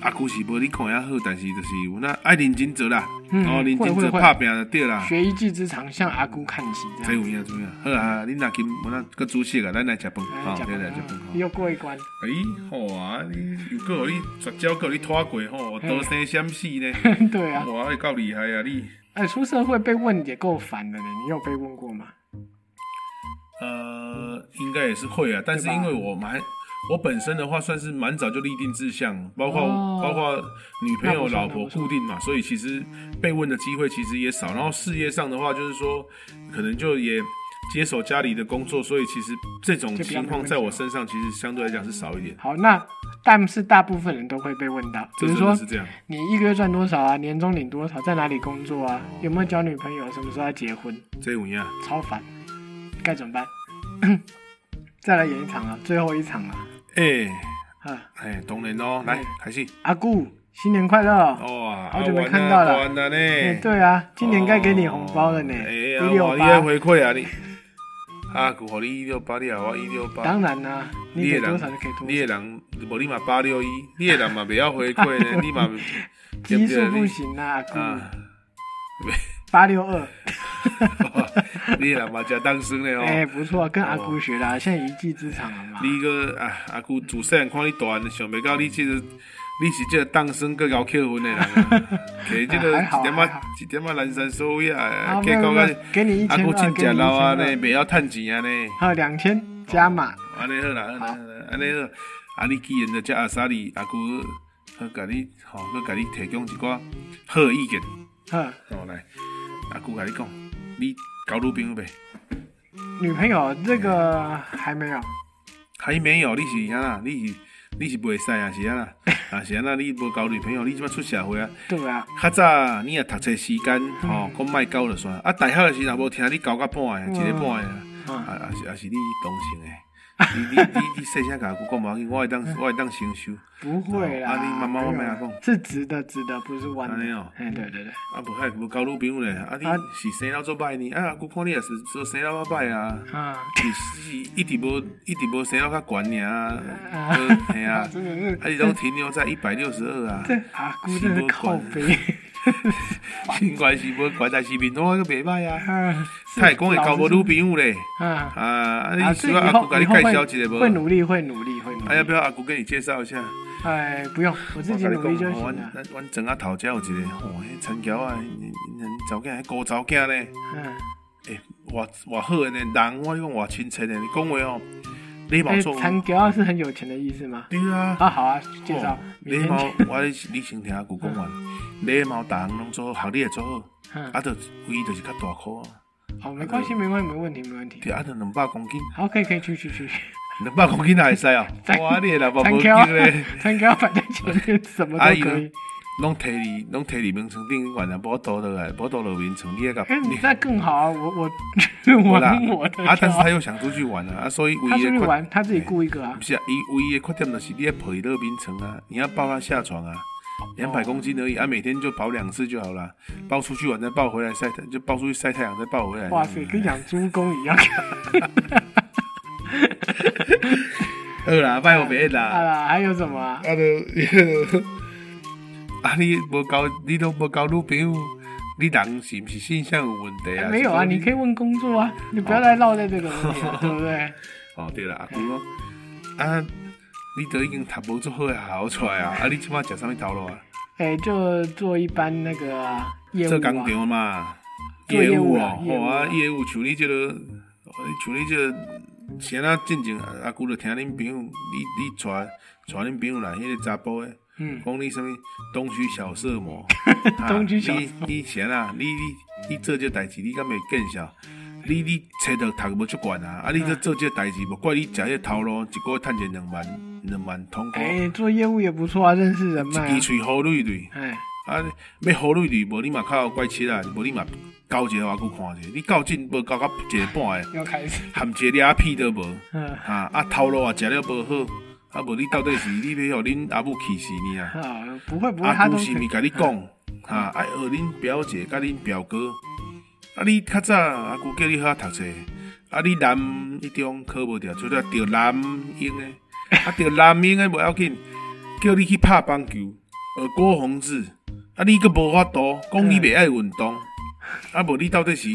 Speaker 1: 阿姑是无你看遐好，但是就是有那爱认真做啦，
Speaker 2: 嗯
Speaker 1: 哦，认真
Speaker 2: 会
Speaker 1: 做
Speaker 2: 会会
Speaker 1: 拍拼就对啦。
Speaker 2: 学一技之长向阿姑看齐这
Speaker 1: 这
Speaker 2: 样。
Speaker 1: 有影怎么样？好啊，恁若今我那个主席啊，咱来食饭，
Speaker 2: 哎
Speaker 1: 吼，
Speaker 2: 讲
Speaker 1: 咱来
Speaker 2: 完
Speaker 1: 食饭
Speaker 2: 了
Speaker 1: 吼。
Speaker 2: 又过一关，
Speaker 1: 哎，好啊！你又搁互你绝招，搁互你拖过吼，多生闪死 呢！
Speaker 2: 对啊，
Speaker 1: 哇，你够厉害啊你！
Speaker 2: 哎，出社会被问也够烦的呢，你有被问过吗？
Speaker 1: 呃，应该也是会啊，但是
Speaker 2: 对吧
Speaker 1: 因为我蛮我本身的话，算是蛮早就立定志向，包括、
Speaker 2: 哦
Speaker 1: 包括女朋友、
Speaker 2: 那不错
Speaker 1: 老婆
Speaker 2: 那不错
Speaker 1: 固定嘛，所以其实被问的机会其实也少。然后事业上的话，就是说可能就也接手家里的工作，所以其实这种
Speaker 2: 就比较
Speaker 1: 情
Speaker 2: 没问
Speaker 1: 况
Speaker 2: 题
Speaker 1: 在我
Speaker 2: 了
Speaker 1: 身上其实相对来讲是少一点。
Speaker 2: 好，那但是大部分人都会被问到，
Speaker 1: 这
Speaker 2: 比如
Speaker 1: 真的
Speaker 2: 说
Speaker 1: 是这样。
Speaker 2: 你一个月赚多少啊？年终领多少？在哪里工作啊？有没有交女朋友？什么时候要结婚？
Speaker 1: 这有影，
Speaker 2: 超烦， 该怎么办？ 再来演一场啊，最后一场啊！
Speaker 1: 哎、
Speaker 2: 啊，
Speaker 1: 哎、当然咯、来开始。
Speaker 2: 阿顾，新年快乐！
Speaker 1: 哇，啊
Speaker 2: 好久没看到了
Speaker 1: 完了呢。
Speaker 2: 哎对啊，今年该给你红包了呢，
Speaker 1: 哦哎
Speaker 2: 一
Speaker 1: 呀，
Speaker 2: 六
Speaker 1: 哇你还
Speaker 2: 八。
Speaker 1: 回馈啊你？啊，古好你一六八，你好我一六八。
Speaker 2: 当然啦、你
Speaker 1: 你
Speaker 2: 给
Speaker 1: 的
Speaker 2: 多
Speaker 1: 人
Speaker 2: 少就给多
Speaker 1: 你
Speaker 2: 少，
Speaker 1: 的人，无你嘛八六一，你的人嘛不要回馈呢，你嘛对
Speaker 2: 基
Speaker 1: 不
Speaker 2: 数
Speaker 1: 对
Speaker 2: 不
Speaker 1: 你
Speaker 2: 行啊，阿
Speaker 1: 啊 哦
Speaker 2: 顾，八六二，
Speaker 1: 你的人嘛真当生的
Speaker 2: 哎，
Speaker 1: 哦。
Speaker 2: 不错，跟阿姑学的、啊，现在一技之长了嘛。
Speaker 1: 你个啊阿姑主持人看你大汉，想袂到你这个你是这个当生个搞扣分的人啊， 摕这个
Speaker 2: 还好
Speaker 1: 一点
Speaker 2: 还
Speaker 1: 啊
Speaker 2: 好
Speaker 1: 一点啊南山所谓啊
Speaker 2: 啊，，没
Speaker 1: 结
Speaker 2: 有
Speaker 1: 果
Speaker 2: 没
Speaker 1: 啊
Speaker 2: 有，给你一
Speaker 1: 阿
Speaker 2: 千
Speaker 1: 姑
Speaker 2: 二，
Speaker 1: 真
Speaker 2: 给你一
Speaker 1: 食
Speaker 2: 千
Speaker 1: 老啊呢，
Speaker 2: 二，
Speaker 1: 袂晓趁钱啊呢。
Speaker 2: 还有两千加码，
Speaker 1: 安尼好啦，安尼好啦，安尼好。啊，你既然在遮阿沙里，阿姑好甲你吼，佮甲你提供一寡好的意见，
Speaker 2: 呵，
Speaker 1: 吼、来，阿姑甲你讲，你交女朋友未？
Speaker 2: 女朋友这个还没有，
Speaker 1: 还没有，你是安啦？你是你是袂使啊？是安啦？啊是安啦？你无交女朋友，你即摆出社会啊？
Speaker 2: 对不对啊？
Speaker 1: 较早你若读册时间吼，讲莫交就算。啊，大学的时候若无听你交到半个，一个半个，啊啊是啊是你同性的。你你你你细声甲阿姑讲无要紧，我会当我会当承受。
Speaker 2: 不会啦，
Speaker 1: 哦啊你慢慢慢慢
Speaker 2: 没有啦
Speaker 1: 讲
Speaker 2: 是直的直的，不是弯
Speaker 1: 安尼
Speaker 2: 的
Speaker 1: 哦。
Speaker 2: 哎，对对对，
Speaker 1: 啊，无还无交女朋友咧，啊你
Speaker 2: 啊
Speaker 1: 是生了做歹呢？啊，我看你也是做生了较歹啊，
Speaker 2: 啊
Speaker 1: 是是一直无一直无生了较悬尔啊，
Speaker 2: 啊
Speaker 1: 呃嘿啊
Speaker 2: 啊，，真的是
Speaker 1: 啊你拢停留在一百六十二啊，
Speaker 2: 这阿姑真的是靠背，
Speaker 1: 新关系无悬，但是面拢个袂歹啊，
Speaker 2: 啊
Speaker 1: 太讲会交无女朋友咧，
Speaker 2: 啊
Speaker 1: 啊，啊
Speaker 2: 啊！
Speaker 1: 你
Speaker 2: 所
Speaker 1: 需
Speaker 2: 以
Speaker 1: 要
Speaker 2: 以
Speaker 1: 阿
Speaker 2: 后
Speaker 1: 姑甲
Speaker 2: 以
Speaker 1: 你
Speaker 2: 后
Speaker 1: 介绍一个
Speaker 2: 会会
Speaker 1: 无？
Speaker 2: 努力，会努力，会努
Speaker 1: 啊，要不
Speaker 2: 力。
Speaker 1: 要阿姑给你介绍一下？
Speaker 2: 哎，不用，我自己努力就
Speaker 1: 我跟你讲
Speaker 2: 行了
Speaker 1: 哦。阮阮庄仔哦头遮有一个吼，迄田桥啊，因因因查某囝，迄高查某囝咧。
Speaker 2: 嗯，
Speaker 1: 诶、哇哇好的呢，人我讲哇亲切的，你讲话哦，礼貌
Speaker 2: 哎，
Speaker 1: 做。
Speaker 2: 残雕是很有钱的意思吗？
Speaker 1: 对啊，
Speaker 2: 啊，好啊，介绍
Speaker 1: 哦
Speaker 2: 明
Speaker 1: 礼
Speaker 2: 天嗯
Speaker 1: 貌
Speaker 2: 见。，
Speaker 1: 我你你先听阿舅讲完，礼貌大人拢做好，学历也做好，
Speaker 2: 嗯
Speaker 1: 啊，就唯一就是较大颗啊，
Speaker 2: 哦，没关系，没关系，没问题，没问题。
Speaker 1: 对啊，就两百公斤，
Speaker 2: 好，可以，可以，去去去。
Speaker 1: 两百公斤哪会使哦？哇，你老婆
Speaker 2: 参
Speaker 1: 无
Speaker 2: 考啊
Speaker 1: 经咧，，
Speaker 2: 参考摆在前面，什么
Speaker 1: 阿
Speaker 2: 都
Speaker 1: 姨
Speaker 2: 可以。
Speaker 1: 拢提你，拢提你名床顶，原来无倒落来，无倒落眠床， 你那个
Speaker 2: 哎，你
Speaker 1: 你
Speaker 2: 那更好啊！我我
Speaker 1: 没
Speaker 2: 我
Speaker 1: 啦
Speaker 2: 用我的
Speaker 1: 啊，但是他
Speaker 2: 他
Speaker 1: 又想出去玩啊，啊，所以唯
Speaker 2: 他
Speaker 1: 一
Speaker 2: 出
Speaker 1: 的
Speaker 2: 去
Speaker 1: 缺
Speaker 2: 玩，他自己雇一个啊
Speaker 1: 不。是啊，伊唯一的缺点就是你要陪乐冰城啊，你要抱他下床啊，两百公斤而已啊，每天就跑两次就好啦，抱出去玩再抱回来晒太，就抱出去晒太阳再抱回来。
Speaker 2: 哇塞，
Speaker 1: 嗯
Speaker 2: 跟养猪公
Speaker 1: 啊
Speaker 2: 一样。
Speaker 1: 好啦，拜我别
Speaker 2: 啊
Speaker 1: 啦。
Speaker 2: 啦，还有什么啊？
Speaker 1: 啊都， 啊你无交，你都无交女朋友，你人是不是性向有问题啊？
Speaker 2: 没有啊，
Speaker 1: 是说
Speaker 2: 你可以问工作啊，你不要再绕在这个问 题了，对不对？
Speaker 1: 哦，对啦，阿姑咯，啊，你都已经读无足好的校出来啊，啊你即马食啥物头路啊？
Speaker 2: 哎，就做一般那个啊业务
Speaker 1: 做
Speaker 2: 啊
Speaker 1: 工，厂嘛，
Speaker 2: 做业务啦
Speaker 1: 哦，
Speaker 2: 业务
Speaker 1: 吼啊，
Speaker 2: 啦
Speaker 1: 业务像你这个，像你这个，先啊，进前啊阿舅就听恁朋友，你你带带恁朋友来，迄、个查甫诶，
Speaker 2: 嗯，
Speaker 1: 讲你什物东区小色 魔，啊
Speaker 2: 东区小色
Speaker 1: 你你先啊，你你你做这代志，你敢袂见笑？你你册都读无足悬啊！啊，你这做这代志，无怪你食这头路，一个月趁钱两万两万通过，
Speaker 2: 哎，做业务也不错啊，认识人脉啊
Speaker 1: 一支，喙好蕊蕊。
Speaker 2: 哎，
Speaker 1: 啊，要好女女，无你嘛较有怪切啊，无你嘛交一个外久看者，你较进无交到一个半个，
Speaker 2: 要开始，
Speaker 1: 含一个俩屁都无，
Speaker 2: 嗯，
Speaker 1: 哈啊头路也食了无好，啊无你到底是你要互恁阿母气死你啊？
Speaker 2: 啊，不会不会，
Speaker 1: 阿
Speaker 2: 他
Speaker 1: 母
Speaker 2: 都
Speaker 1: 是
Speaker 2: 可
Speaker 1: 咪
Speaker 2: 以嗯
Speaker 1: 甲你讲，哈爱学恁表姐甲恁表哥，啊你较早阿姑叫你好好读册，啊你南一中考无着，出来着南英 诶，啊着南英诶无要紧，叫你去拍棒球，学郭宏志，啊你阁无法度，讲你袂爱运
Speaker 2: 嗯
Speaker 1: 动，啊无你到底是你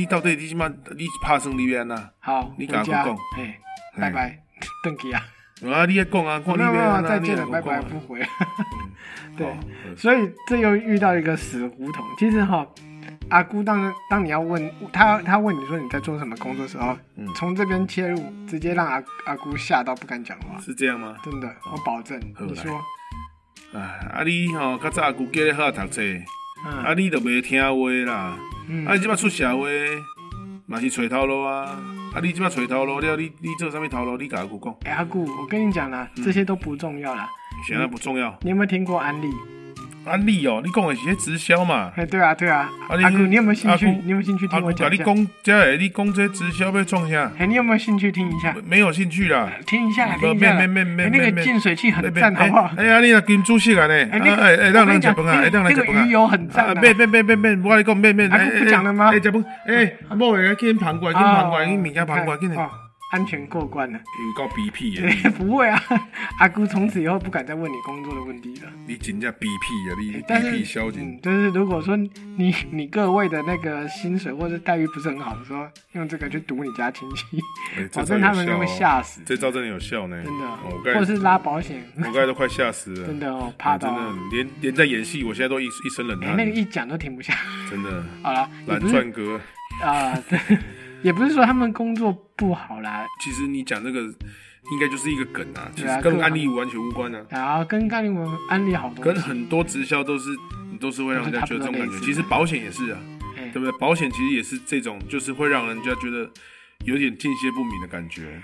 Speaker 1: 你到底你即满你拍算你要安那？
Speaker 2: 好，
Speaker 1: 你
Speaker 2: 回
Speaker 1: 跟我
Speaker 2: 家
Speaker 1: 讲，
Speaker 2: 哎，拜拜，邓吉啊，
Speaker 1: 啊你爱讲啊，看你
Speaker 2: 没有没
Speaker 1: 要
Speaker 2: 有，
Speaker 1: 安那，
Speaker 2: 再
Speaker 1: 你
Speaker 2: 见了，
Speaker 1: 还
Speaker 2: 拜拜，
Speaker 1: 讲啊哦
Speaker 2: 不 回。
Speaker 1: 好
Speaker 2: 对
Speaker 1: 好
Speaker 2: 所以这又遇到一个死胡同。其实哈、阿姑当当你要问他，他问你说你在做什么工作的时候
Speaker 1: 嗯，
Speaker 2: 从、这边切入，直接让阿阿姑吓到不敢讲话，
Speaker 1: 是这样吗？
Speaker 2: 真的，我保证。
Speaker 1: 嗯好
Speaker 2: 你说，
Speaker 1: 啊啊你吼较早阿姑叫你好好读册。
Speaker 2: 嗯、
Speaker 1: 啊，你都袂听话啦！
Speaker 2: 嗯，
Speaker 1: 啊，你即摆出社会，嘛是找头路啊！啊，你即摆找头路了，你你做啥物头路？你甲我讲，
Speaker 2: 哎阿姑，我跟你讲
Speaker 1: 嗯
Speaker 2: 啦，这些都不重要啦。
Speaker 1: 显然不重要。
Speaker 2: 你有没有听过安利？
Speaker 1: 啊，你哦，你讲的是迄直销嘛？
Speaker 2: 哎，对啊，对啊，
Speaker 1: 啊你
Speaker 2: 阿姑，你有没有兴趣？
Speaker 1: 阿姑
Speaker 2: 你有没有兴趣
Speaker 1: 啊
Speaker 2: 听我，
Speaker 1: 甲
Speaker 2: 讲
Speaker 1: 你
Speaker 2: 一下？
Speaker 1: 讲遮个，你讲这直销要创啥？
Speaker 2: 哎，你有没有兴趣听一下？
Speaker 1: 没有兴趣 啦。
Speaker 2: 听一下啦，
Speaker 1: 不
Speaker 2: 听一下
Speaker 1: 没
Speaker 2: 啦。
Speaker 1: 没没没
Speaker 2: 哎那
Speaker 1: 没
Speaker 2: 个净水器很赞，好
Speaker 1: 哎
Speaker 2: 不好？
Speaker 1: 哎呀，你若金主席啊呢？
Speaker 2: 哎
Speaker 1: 哎
Speaker 2: 那个
Speaker 1: 哎哎，让
Speaker 2: 我跟
Speaker 1: 人食
Speaker 2: 你讲
Speaker 1: 饭啊！哎，让人
Speaker 2: 那
Speaker 1: 食
Speaker 2: 个
Speaker 1: 饭啊！
Speaker 2: 鱼油很赞啊
Speaker 1: 免免免免免，我跟你讲免免。
Speaker 2: 啊不讲了吗
Speaker 1: 哎，食饭。哎，某个去旁观，去旁观，去物件旁观，去。哎
Speaker 2: 哦安全过关了，
Speaker 1: 有够逼屁的，
Speaker 2: 对，不会啊， 阿姑从此以后不敢再问你工作的问题了。
Speaker 1: 你真正逼屁啊！你
Speaker 2: 欸但
Speaker 1: 逼
Speaker 2: 是
Speaker 1: 屁消，紧。
Speaker 2: 嗯，就是如果说你你各位的那个薪水或者待遇不是很好的时候，用这个去堵你家亲戚，
Speaker 1: 哎 这
Speaker 2: 保
Speaker 1: 招
Speaker 2: 证
Speaker 1: 有
Speaker 2: 他们
Speaker 1: 效
Speaker 2: 会
Speaker 1: 哦
Speaker 2: 吓死，
Speaker 1: 这招真的有效呢，
Speaker 2: 真的
Speaker 1: 哦我，
Speaker 2: 或
Speaker 1: 刚才
Speaker 2: 是拉保险，
Speaker 1: 我刚才都快吓死了，
Speaker 2: 真的哦，
Speaker 1: 哎
Speaker 2: 怕到
Speaker 1: 嗯真的连连在演戏，我现在都一一身冷
Speaker 2: 哎
Speaker 1: 汗，
Speaker 2: 那个一讲都停不下。
Speaker 1: 真的
Speaker 2: 好了，也
Speaker 1: 蓝
Speaker 2: 不是
Speaker 1: 钻哥。
Speaker 2: 啊， 对也不是说他们工作不好啦，
Speaker 1: 其实你讲这个应该就是一个梗啊，其
Speaker 2: 对啊
Speaker 1: 实跟
Speaker 2: 各行
Speaker 1: 案例完全无关啊，
Speaker 2: 然后跟甘霖文安利好多
Speaker 1: 跟，很多直销都是都是会让人家觉得这种感
Speaker 2: 都
Speaker 1: 觉。
Speaker 2: 是差不多类似
Speaker 1: 其实保险也是啊，
Speaker 2: 哎
Speaker 1: 对不对？保险其实也是这种，就是会让人家觉得有点进些不明的感觉。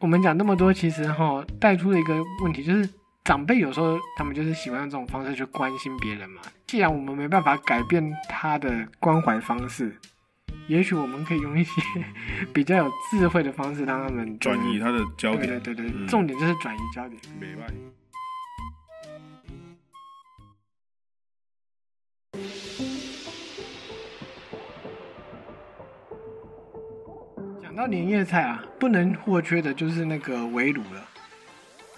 Speaker 2: 我们讲那么多，其实哈带出了一个问题，就是长辈有时候他们就是喜欢用这种方式去关心别人嘛。既然我们没办法改变他的关怀方式，也许我们可以用一些 比较有智慧的方式让他们
Speaker 1: 转移。他的焦
Speaker 2: 对对
Speaker 1: 点，
Speaker 2: 对对，
Speaker 1: 嗯
Speaker 2: 重点就是转移焦点。
Speaker 1: 没办法。
Speaker 2: 讲到年夜菜啊，不能或缺的就是那个围炉了。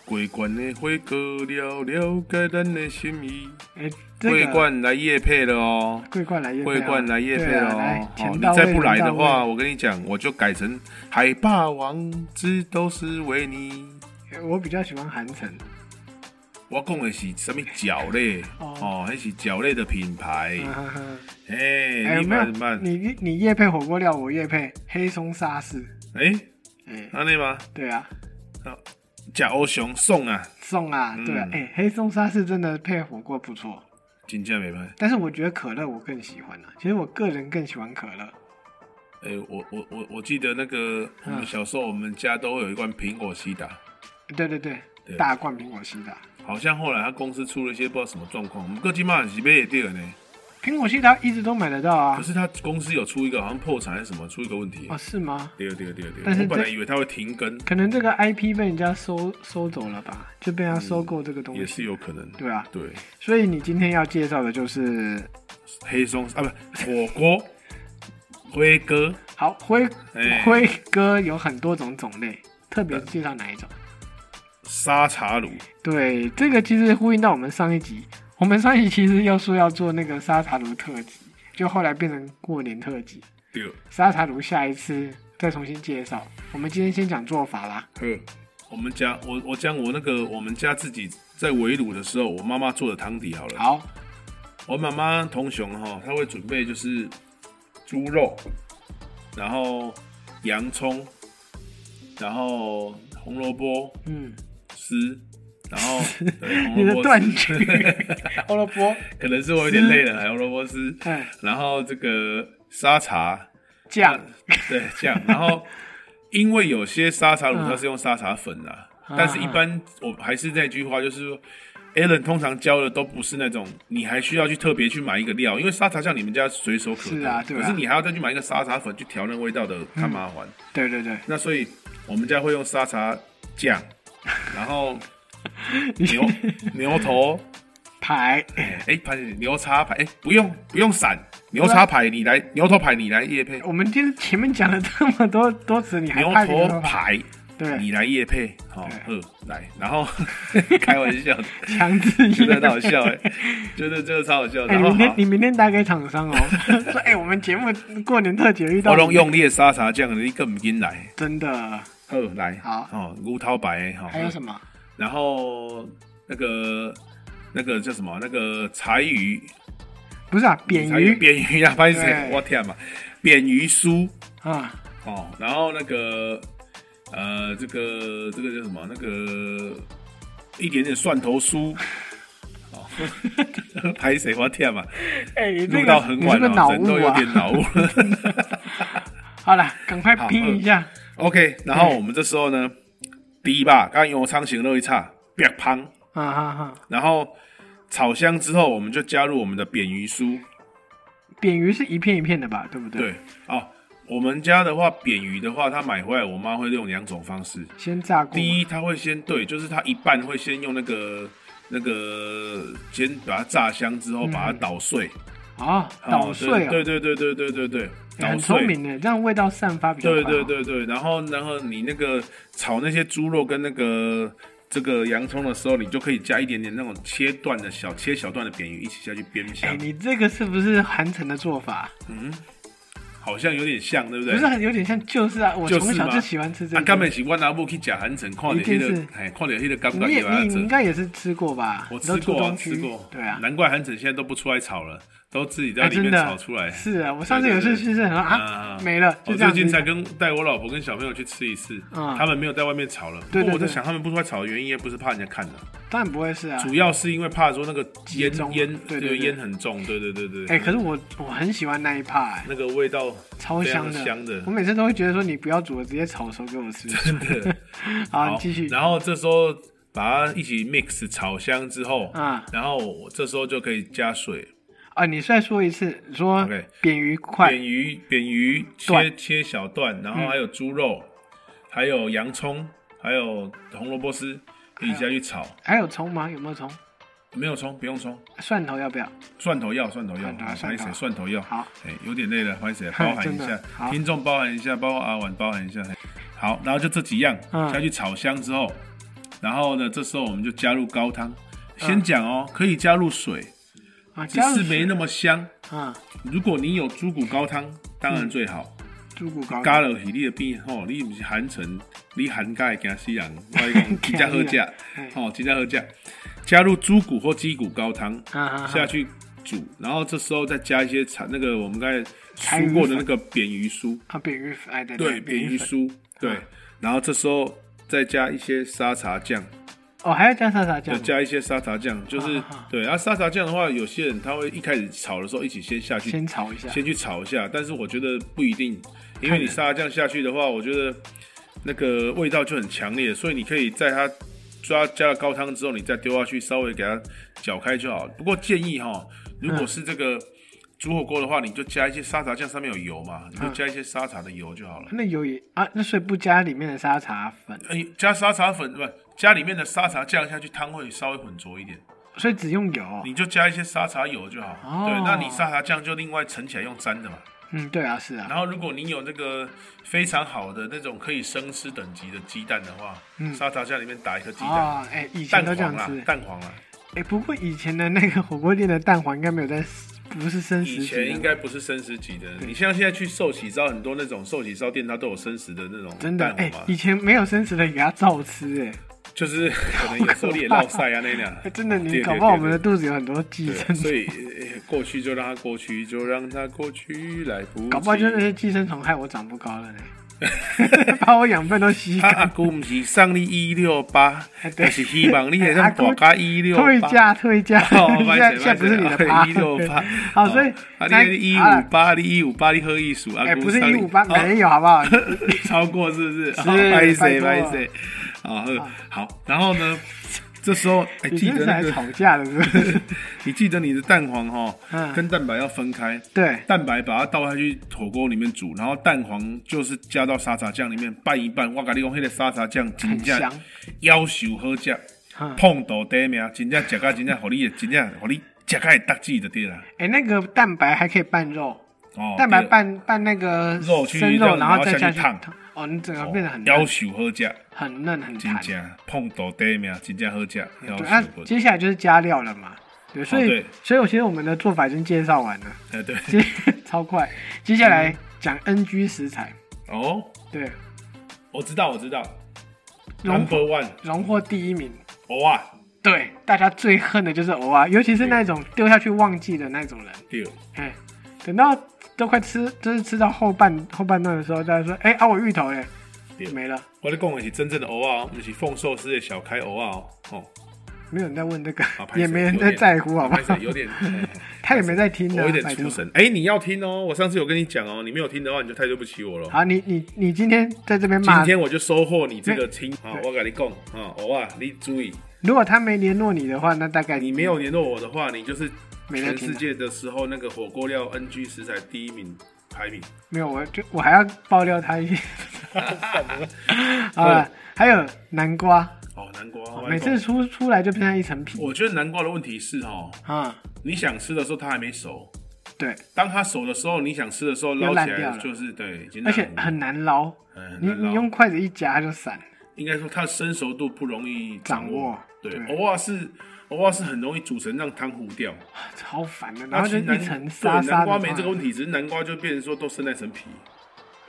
Speaker 1: 桂冠的火锅了了解咱的心意。
Speaker 2: 哎，这
Speaker 1: 桂
Speaker 2: 个
Speaker 1: 冠来夜配了哦，
Speaker 2: 桂冠来夜配啊
Speaker 1: 桂冠来夜配
Speaker 2: 对
Speaker 1: 了
Speaker 2: 啊来
Speaker 1: 哦。
Speaker 2: 钱
Speaker 1: 哦，
Speaker 2: 到
Speaker 1: 你
Speaker 2: 位
Speaker 1: 再不来的
Speaker 2: 人到
Speaker 1: 话，
Speaker 2: 位
Speaker 1: 我跟你讲，我就改成海霸王子都是为你。
Speaker 2: 哎我比较喜欢韩城。
Speaker 1: 我讲的是什么饺类
Speaker 2: 哦
Speaker 1: 哦，那是饺类的品牌。
Speaker 2: 嗯哼 哼
Speaker 1: 哎、
Speaker 2: 哎，有
Speaker 1: 你
Speaker 2: 没有
Speaker 1: 慢慢，
Speaker 2: 你你你夜配火锅料，我夜配黑松沙士。
Speaker 1: 哎，
Speaker 2: 哎，
Speaker 1: 安尼吗？
Speaker 2: 对啊，
Speaker 1: 食欧熊送啊，
Speaker 2: 送啊，对啊
Speaker 1: 嗯，
Speaker 2: 哎，黑松沙士真的配火锅不错，
Speaker 1: 真正袂歹。
Speaker 2: 但是我觉得可乐我更喜欢啊。其实我个人更喜欢可乐。
Speaker 1: 哎、我我我我记得那个我
Speaker 2: 啊
Speaker 1: 们小时候，我们家都会有一罐苹果西打，
Speaker 2: 对对对，
Speaker 1: 对
Speaker 2: 大罐苹果西打，
Speaker 1: 好像后来他公司出了一些不知道什么状况，我们哥基本上是买也掉呢。
Speaker 2: 苹果西打一直都买得到
Speaker 1: 可
Speaker 2: 啊。
Speaker 1: 是他公司有出一个好像破产还是什么，出一个问题啊
Speaker 2: 哦，。是吗？
Speaker 1: 对对对对，
Speaker 2: 但是
Speaker 1: 我本
Speaker 2: 这
Speaker 1: 来以为他会停更，
Speaker 2: 可能这个 IP 被人家收收走了吧，就被他收购这个东
Speaker 1: 嗯也
Speaker 2: 西。
Speaker 1: 是有可能。
Speaker 2: 对啊，
Speaker 1: 对，
Speaker 2: 所以你今天要介绍的就是
Speaker 1: 黑松啊，不火锅，辉哥，
Speaker 2: 好辉
Speaker 1: 哎
Speaker 2: 辉哥有很多种种类，特别介绍哪一种？
Speaker 1: 沙茶卤，
Speaker 2: 对，这个其实呼应到我们上一集，我们上一集其实要说要做那个沙茶炉特辑，就后来变成过年特辑。
Speaker 1: 对，
Speaker 2: 沙茶炉下一次再重新介绍，我们今天先讲做法啦。
Speaker 1: 呵，我们家我我讲我那个我们家自己在围炉的时候，我妈妈做的汤底好了。
Speaker 2: 好，
Speaker 1: 我妈妈同熊哈，她会准备就是猪肉，然后洋葱，然后红萝卜
Speaker 2: 嗯，
Speaker 1: 丝，然 后对红
Speaker 2: 你的
Speaker 1: 萝卜
Speaker 2: 断
Speaker 1: 丝，
Speaker 2: 句，胡萝卜，
Speaker 1: 可能是我有点累 了，红萝卜丝，
Speaker 2: 嗯，
Speaker 1: 然后这个沙茶，
Speaker 2: 酱，
Speaker 1: 对酱，然后因为有些沙茶卤
Speaker 2: 嗯
Speaker 1: 它是用沙茶粉啊，
Speaker 2: 啊
Speaker 1: 但是一般我还是那句话，就是说 Alan 通常教的都不是那种你还需要去特别去买一个料，因为沙茶酱你们家随手可
Speaker 2: 是
Speaker 1: 得，
Speaker 2: 啊对啊嗯
Speaker 1: 可是你还要再去买一个沙茶粉去调那个味道的，看麻烦。
Speaker 2: 对对对，
Speaker 1: 那所以我们家会用沙茶 酱，然后牛牛头，
Speaker 2: 排，
Speaker 1: 哎、排牛叉排，哎、不用不用散，
Speaker 2: 啊
Speaker 1: 牛叉排你来，牛头排你来叶配。
Speaker 2: 我们今天前面讲了这么多多词，你还
Speaker 1: 牛
Speaker 2: 怕你
Speaker 1: 头牌，
Speaker 2: 对
Speaker 1: 你来夜配，好、
Speaker 2: 对
Speaker 1: 呵，来，然后 开玩 笑的，
Speaker 2: 强制
Speaker 1: 觉得
Speaker 2: 业
Speaker 1: 很好笑哎、觉得真的超好笑的。
Speaker 2: 哎、
Speaker 1: 然后
Speaker 2: 你明天
Speaker 1: 好
Speaker 2: 你，明天打给厂商哦， 说哎、我们节目过年特辑遇到
Speaker 1: 我
Speaker 2: 你
Speaker 1: 拢用烈沙茶酱，你更不紧来，
Speaker 2: 真的，
Speaker 1: 呵，来，
Speaker 2: 好
Speaker 1: 哦，牛头牌，好、
Speaker 2: 还有什么？
Speaker 1: 然后那个那个叫什么？那个柴鱼，
Speaker 2: 不是啊，扁
Speaker 1: 柴
Speaker 2: 鱼
Speaker 1: 扁鱼啊，拍谁
Speaker 2: 对？
Speaker 1: 我天嘛，扁鱼酥
Speaker 2: 啊，
Speaker 1: 哦，然后那个呃，这个这个叫什么？那个一点点蒜头酥，哦， 拍谁？我天嘛，
Speaker 2: 哎、你这
Speaker 1: 录到
Speaker 2: 个
Speaker 1: 很
Speaker 2: 你是
Speaker 1: 晚
Speaker 2: 不是
Speaker 1: 了、
Speaker 2: 脑
Speaker 1: 人都
Speaker 2: 雾
Speaker 1: 有
Speaker 2: 啊？
Speaker 1: 点脑雾 了。
Speaker 2: 好了，赶快拼一下，
Speaker 1: OK，然后我们这时候呢，第一吧，刚刚油仓型肉一叉，别胖，
Speaker 2: 啊哈哈，
Speaker 1: 然后炒香之后，我们就加入我们的扁鱼酥。
Speaker 2: 扁鱼是一片一片的吧，对不对？
Speaker 1: 对，哦，我们家的话，扁鱼的话，它买回来，我妈会用两种方式。
Speaker 2: 先炸锅，
Speaker 1: 第一，它会先对，就是它一半会先用那个那个，先把它炸香之后，把它捣碎，
Speaker 2: 啊，捣碎
Speaker 1: 哦
Speaker 2: 哦，
Speaker 1: 对对对对对对对对，
Speaker 2: 哎
Speaker 1: 捣
Speaker 2: 很聪
Speaker 1: 碎。
Speaker 2: 明的，让味道散发比较快、哦
Speaker 1: 对对，对对，然后然后你那个炒那些猪肉跟那个这个洋葱的时候，你就可以加一点点那种切断的小切小段的扁鱼一起下去煸
Speaker 2: 哎、
Speaker 1: 香，
Speaker 2: 你这个是不是韩城的做法？
Speaker 1: 好像有点像，对不对？
Speaker 2: 不是很有点像，就是啊，我
Speaker 1: 就
Speaker 2: 从
Speaker 1: 是
Speaker 2: 小
Speaker 1: 嘛
Speaker 2: 就喜欢吃这
Speaker 1: 啊，
Speaker 2: 个。
Speaker 1: 根本是我阿母去吃韩城，看到迄、
Speaker 2: 一定
Speaker 1: 那
Speaker 2: 是
Speaker 1: 个，哎，看到迄个感觉
Speaker 2: 你也
Speaker 1: 就要
Speaker 2: 你你
Speaker 1: 做
Speaker 2: 应。该也是吃过吧？
Speaker 1: 我
Speaker 2: 你都
Speaker 1: 吃过啊，
Speaker 2: 住东区
Speaker 1: 吃过。
Speaker 2: 对啊，
Speaker 1: 难怪韩城现在都不出来炒了，都自己在
Speaker 2: 哎
Speaker 1: 里面
Speaker 2: 真的
Speaker 1: 炒出来。
Speaker 2: 是啊，我上次
Speaker 1: 对
Speaker 2: 有
Speaker 1: 对
Speaker 2: 次
Speaker 1: 对
Speaker 2: 去是很啊
Speaker 1: 啊
Speaker 2: 没了，
Speaker 1: 我
Speaker 2: 就这
Speaker 1: 最
Speaker 2: 样
Speaker 1: 近才
Speaker 2: 子。
Speaker 1: 跟带我老婆跟小朋友去吃一次，
Speaker 2: 嗯
Speaker 1: 他们没有在外面炒了。
Speaker 2: 对对
Speaker 1: 不过我在
Speaker 2: 对
Speaker 1: 想，他们不出来炒的原因也不是怕人家看的，
Speaker 2: 当然不会是啊。
Speaker 1: 主要是因为怕说那个烟
Speaker 2: 集中
Speaker 1: 烟
Speaker 2: 对对对
Speaker 1: 烟很重，对对对对。
Speaker 2: 哎，可是我我很喜欢那一趴，哎
Speaker 1: 那个味道
Speaker 2: 超
Speaker 1: 非
Speaker 2: 香
Speaker 1: 常
Speaker 2: 的。
Speaker 1: 香的嗯
Speaker 2: 我每次都会觉得说你不要煮了，直接炒熟给我吃。
Speaker 1: 真的。
Speaker 2: 好，
Speaker 1: 好
Speaker 2: 你继续。
Speaker 1: 然后这时候把它一起 mix 炒香之后，
Speaker 2: 啊
Speaker 1: 然后我这时候就可以加水，
Speaker 2: 啊，你再说一次，你说
Speaker 1: OK
Speaker 2: 扁鱼
Speaker 1: 扁
Speaker 2: 块
Speaker 1: 鱼扁鱼切
Speaker 2: 段嗯
Speaker 1: 切小段，然后还有猪肉，还有洋葱，还有红萝卜丝一起下去炒。
Speaker 2: 还有葱吗？有没有葱？
Speaker 1: 没有葱，不用葱，
Speaker 2: 蒜头要不要？
Speaker 1: 蒜头要，蒜头要，
Speaker 2: 蒜头
Speaker 1: 好
Speaker 2: 蒜头
Speaker 1: 思蒜头要。
Speaker 2: 好，
Speaker 1: 哎，有点累了，不好意思，包含一
Speaker 2: 真
Speaker 1: 下
Speaker 2: 的好，
Speaker 1: 听众包含一下，包括阿婉包含一下。嘿好，然后就这几样
Speaker 2: 嗯
Speaker 1: 下去炒香之后，然后呢，这时候我们就加入高汤。先讲哦，可以加入水，
Speaker 2: 啊，
Speaker 1: 只
Speaker 2: 嗯加入
Speaker 1: 是没那么香。
Speaker 2: 啊，
Speaker 1: 如果你有猪骨高汤，当然最好。
Speaker 2: 猪骨高
Speaker 1: 加落去你的边吼，你唔是
Speaker 2: 哎
Speaker 1: 寒城，你寒假会惊死人。我跟你讲真正好食，吼，真正好食。加入猪骨或鸡骨高汤
Speaker 2: 啊
Speaker 1: 下去煮，然后这时候再加一些炒那个我们刚才酥过的那个扁鱼酥，
Speaker 2: 啊，扁鱼粉，哎 对
Speaker 1: 对，扁鱼
Speaker 2: 粉啊
Speaker 1: 酥，对，然后这时候再加一些沙茶酱，
Speaker 2: 哦，还要加沙茶酱
Speaker 1: 再
Speaker 2: 吗，
Speaker 1: 加一些沙茶酱，就是
Speaker 2: 啊啊啊
Speaker 1: 对。啊，沙茶酱的话，有些人他会一开始炒的时候一起先下去
Speaker 2: 先炒一下，
Speaker 1: 先去炒一下，但是我觉得不一定，因为
Speaker 2: 看
Speaker 1: 你
Speaker 2: 人
Speaker 1: 沙拉酱下去的话，我觉得那个味道就很强烈，所以你可以在它抓加了高汤之后，你再丢下去，稍微给它搅开就好。不过建议哈，如果是这个煮火锅的话，你就加一些沙茶酱，上面有油嘛，你就加一些沙茶的油就好了。
Speaker 2: 那油也啊，那所以不加里面的沙茶粉，
Speaker 1: 哎，加沙茶粉不加里面的沙茶酱下去，汤会稍微浑浊一点，
Speaker 2: 所以只用油。
Speaker 1: 你就加一些沙茶油就好。
Speaker 2: 哦
Speaker 1: 对，那你沙茶酱就另外盛起来用沾的嘛。
Speaker 2: 嗯，对啊，是啊，
Speaker 1: 然后，如果你有那个非常好的那种可以生吃等级的鸡蛋的话，沙茶酱里面打一颗鸡蛋，
Speaker 2: 哦，哎，嗯以前
Speaker 1: 蛋
Speaker 2: 都这样
Speaker 1: 黄啊啦
Speaker 2: 吃，，
Speaker 1: 蛋黄啦。
Speaker 2: 哎，不过以前的那个火锅店的蛋黄应该没有在，不是生食
Speaker 1: 以
Speaker 2: 级的
Speaker 1: 前应该不是生食级的，你像现在去寿喜烧，很多那种寿喜烧店，它都有生食的那
Speaker 2: 真
Speaker 1: 种
Speaker 2: 的
Speaker 1: 蛋
Speaker 2: 哎、
Speaker 1: 黄嘛，
Speaker 2: 以前没有生食的给它照吃哎、
Speaker 1: 就是可能有时候你也落晒啊那 样
Speaker 2: 哎，真的
Speaker 1: 对
Speaker 2: 你
Speaker 1: 对
Speaker 2: 搞不好我
Speaker 1: 对
Speaker 2: 们的肚子有很多寄
Speaker 1: 对
Speaker 2: 生虫，
Speaker 1: 所以呃过去就让它过去，就让它过去，来不及。
Speaker 2: 搞不好就那些寄生虫害我长不高 了呢、把我养分都吸
Speaker 1: 他
Speaker 2: 干。
Speaker 1: 阿姑不是上你一六八，就
Speaker 2: 对
Speaker 1: 是希望你也像大家一六
Speaker 2: 退
Speaker 1: 八。
Speaker 2: 价退 价，
Speaker 1: 哦，
Speaker 2: 现在现在不是你的趴，
Speaker 1: 一六八，
Speaker 2: 好，所以
Speaker 1: 啊，你一
Speaker 2: 好了
Speaker 1: 五八，你一五八，你喝艺术啊，
Speaker 2: 哎，不是
Speaker 1: 鼓
Speaker 2: 一
Speaker 1: 掌
Speaker 2: 五八，
Speaker 1: 哦
Speaker 2: 没有好 不好？
Speaker 1: 超过是不 是？
Speaker 2: 是
Speaker 1: 好拍谁
Speaker 2: 拜托啊
Speaker 1: 拍谁，好呵好，然后呢，这时候哎，
Speaker 2: 你
Speaker 1: 记
Speaker 2: 这
Speaker 1: 得
Speaker 2: 是
Speaker 1: 那
Speaker 2: 来
Speaker 1: 个，
Speaker 2: 吵架的，是不是？
Speaker 1: 你记得你的蛋黄哈，
Speaker 2: 嗯
Speaker 1: 跟蛋白要分开。
Speaker 2: 对，
Speaker 1: 蛋白把它倒下去火锅里面煮，然后蛋黄就是加到沙茶酱里面拌一拌。我跟你讲，那个沙茶酱真
Speaker 2: 很
Speaker 1: 正
Speaker 2: 香。
Speaker 1: 要求好食，
Speaker 2: 嗯
Speaker 1: 碰到第一名，真正食到真正，互你的真正互你食到会得志就对啦。
Speaker 2: 哎，那个蛋白还可以拌肉，
Speaker 1: 哦，
Speaker 2: 蛋白
Speaker 1: 对
Speaker 2: 拌拌那个
Speaker 1: 肉去
Speaker 2: 生
Speaker 1: 这样
Speaker 2: 肉，
Speaker 1: 然
Speaker 2: 然
Speaker 1: 后
Speaker 2: 后再
Speaker 1: 下
Speaker 2: 下
Speaker 1: 去
Speaker 2: 去
Speaker 1: 烫
Speaker 2: 烫。哦，你整个
Speaker 1: 哦
Speaker 2: 变得很
Speaker 1: 要
Speaker 2: 嫩
Speaker 1: 求好食，
Speaker 2: 很嫩很
Speaker 1: 真
Speaker 2: 弹。
Speaker 1: 正碰到第一名，真正好食，要
Speaker 2: 对，啊
Speaker 1: 求好
Speaker 2: 那
Speaker 1: 食。
Speaker 2: 接下来就是加料了嘛。对，所
Speaker 1: 哦
Speaker 2: 以
Speaker 1: 对
Speaker 2: 所以我其实我们的做法已经介绍完了，
Speaker 1: 哎，对，
Speaker 2: 接超快。接下来
Speaker 1: 嗯
Speaker 2: 讲 NG 食材，
Speaker 1: 哦，
Speaker 2: 对，
Speaker 1: 我知道，我知道
Speaker 2: 荣
Speaker 1: ，Number One，
Speaker 2: 荣获第一名。
Speaker 1: 哦啊，
Speaker 2: 对，大家最恨的就是偶尔，尤其是那种丢下去忘记的那种人。
Speaker 1: 对，
Speaker 2: 哎，等到都快吃，就是吃到后半后半段的时候，大家说：“哎、啊，我芋头嘞
Speaker 1: 对，
Speaker 2: 没了。
Speaker 1: 我咧讲的是真正的蚵啊，不是凤寿司的小开蚵啊哦，哦，”
Speaker 2: 没有人在问这个
Speaker 1: 好，拍手
Speaker 2: 也没人在在乎，好
Speaker 1: 好
Speaker 2: 吧
Speaker 1: 拍？手有点，哎
Speaker 2: 他也没在 听
Speaker 1: 我
Speaker 2: 的、
Speaker 1: 有
Speaker 2: 啊，
Speaker 1: 点
Speaker 2: 拜
Speaker 1: 出
Speaker 2: 托。
Speaker 1: 神。哎，你要听哦，我上次有跟你讲哦，你没有听的话，你就太对不起我了。
Speaker 2: 好，你你你今天在这边
Speaker 1: 今
Speaker 2: 骂，
Speaker 1: 天我就收获你这个亲啊！
Speaker 2: 对
Speaker 1: 我跟你讲啊，偶尔你注意，
Speaker 2: 如果他没联络你的话，那大概
Speaker 1: 你没有联络我的话，你就是
Speaker 2: 没在
Speaker 1: 全
Speaker 2: 听
Speaker 1: 世
Speaker 2: 啊。
Speaker 1: 界的时候那个火锅料 NG 食材第一名排名。
Speaker 2: 没有，我就我还要爆料他一 些。好了，还有南瓜，
Speaker 1: 哦，南瓜，我跟
Speaker 2: 每
Speaker 1: 你讲
Speaker 2: 次出出来就变成一层皮
Speaker 1: 我觉得南瓜的问题是哦，
Speaker 2: 啊、
Speaker 1: 你想吃的时候它还没熟，
Speaker 2: 对，
Speaker 1: 当它熟的时候，你想吃的时候捞
Speaker 2: 烂
Speaker 1: 起
Speaker 2: 掉
Speaker 1: 来
Speaker 2: 了
Speaker 1: 就是对，已经
Speaker 2: 而
Speaker 1: 烂
Speaker 2: 且
Speaker 1: 糊了
Speaker 2: 很难捞，
Speaker 1: 嗯很
Speaker 2: 你
Speaker 1: 难捞
Speaker 2: 你用筷子一夹它就散。
Speaker 1: 应该说它的生熟度不容易
Speaker 2: 掌
Speaker 1: 握
Speaker 2: 握。
Speaker 1: 对，
Speaker 2: 对
Speaker 1: 偶尔是偶尔是很容易煮成让汤糊掉，
Speaker 2: 超烦的，然后
Speaker 1: 其
Speaker 2: 就
Speaker 1: 实南
Speaker 2: 一层
Speaker 1: 对
Speaker 2: 沙沙的。
Speaker 1: 南瓜没这个问题，只是南瓜就变成说都生那层皮。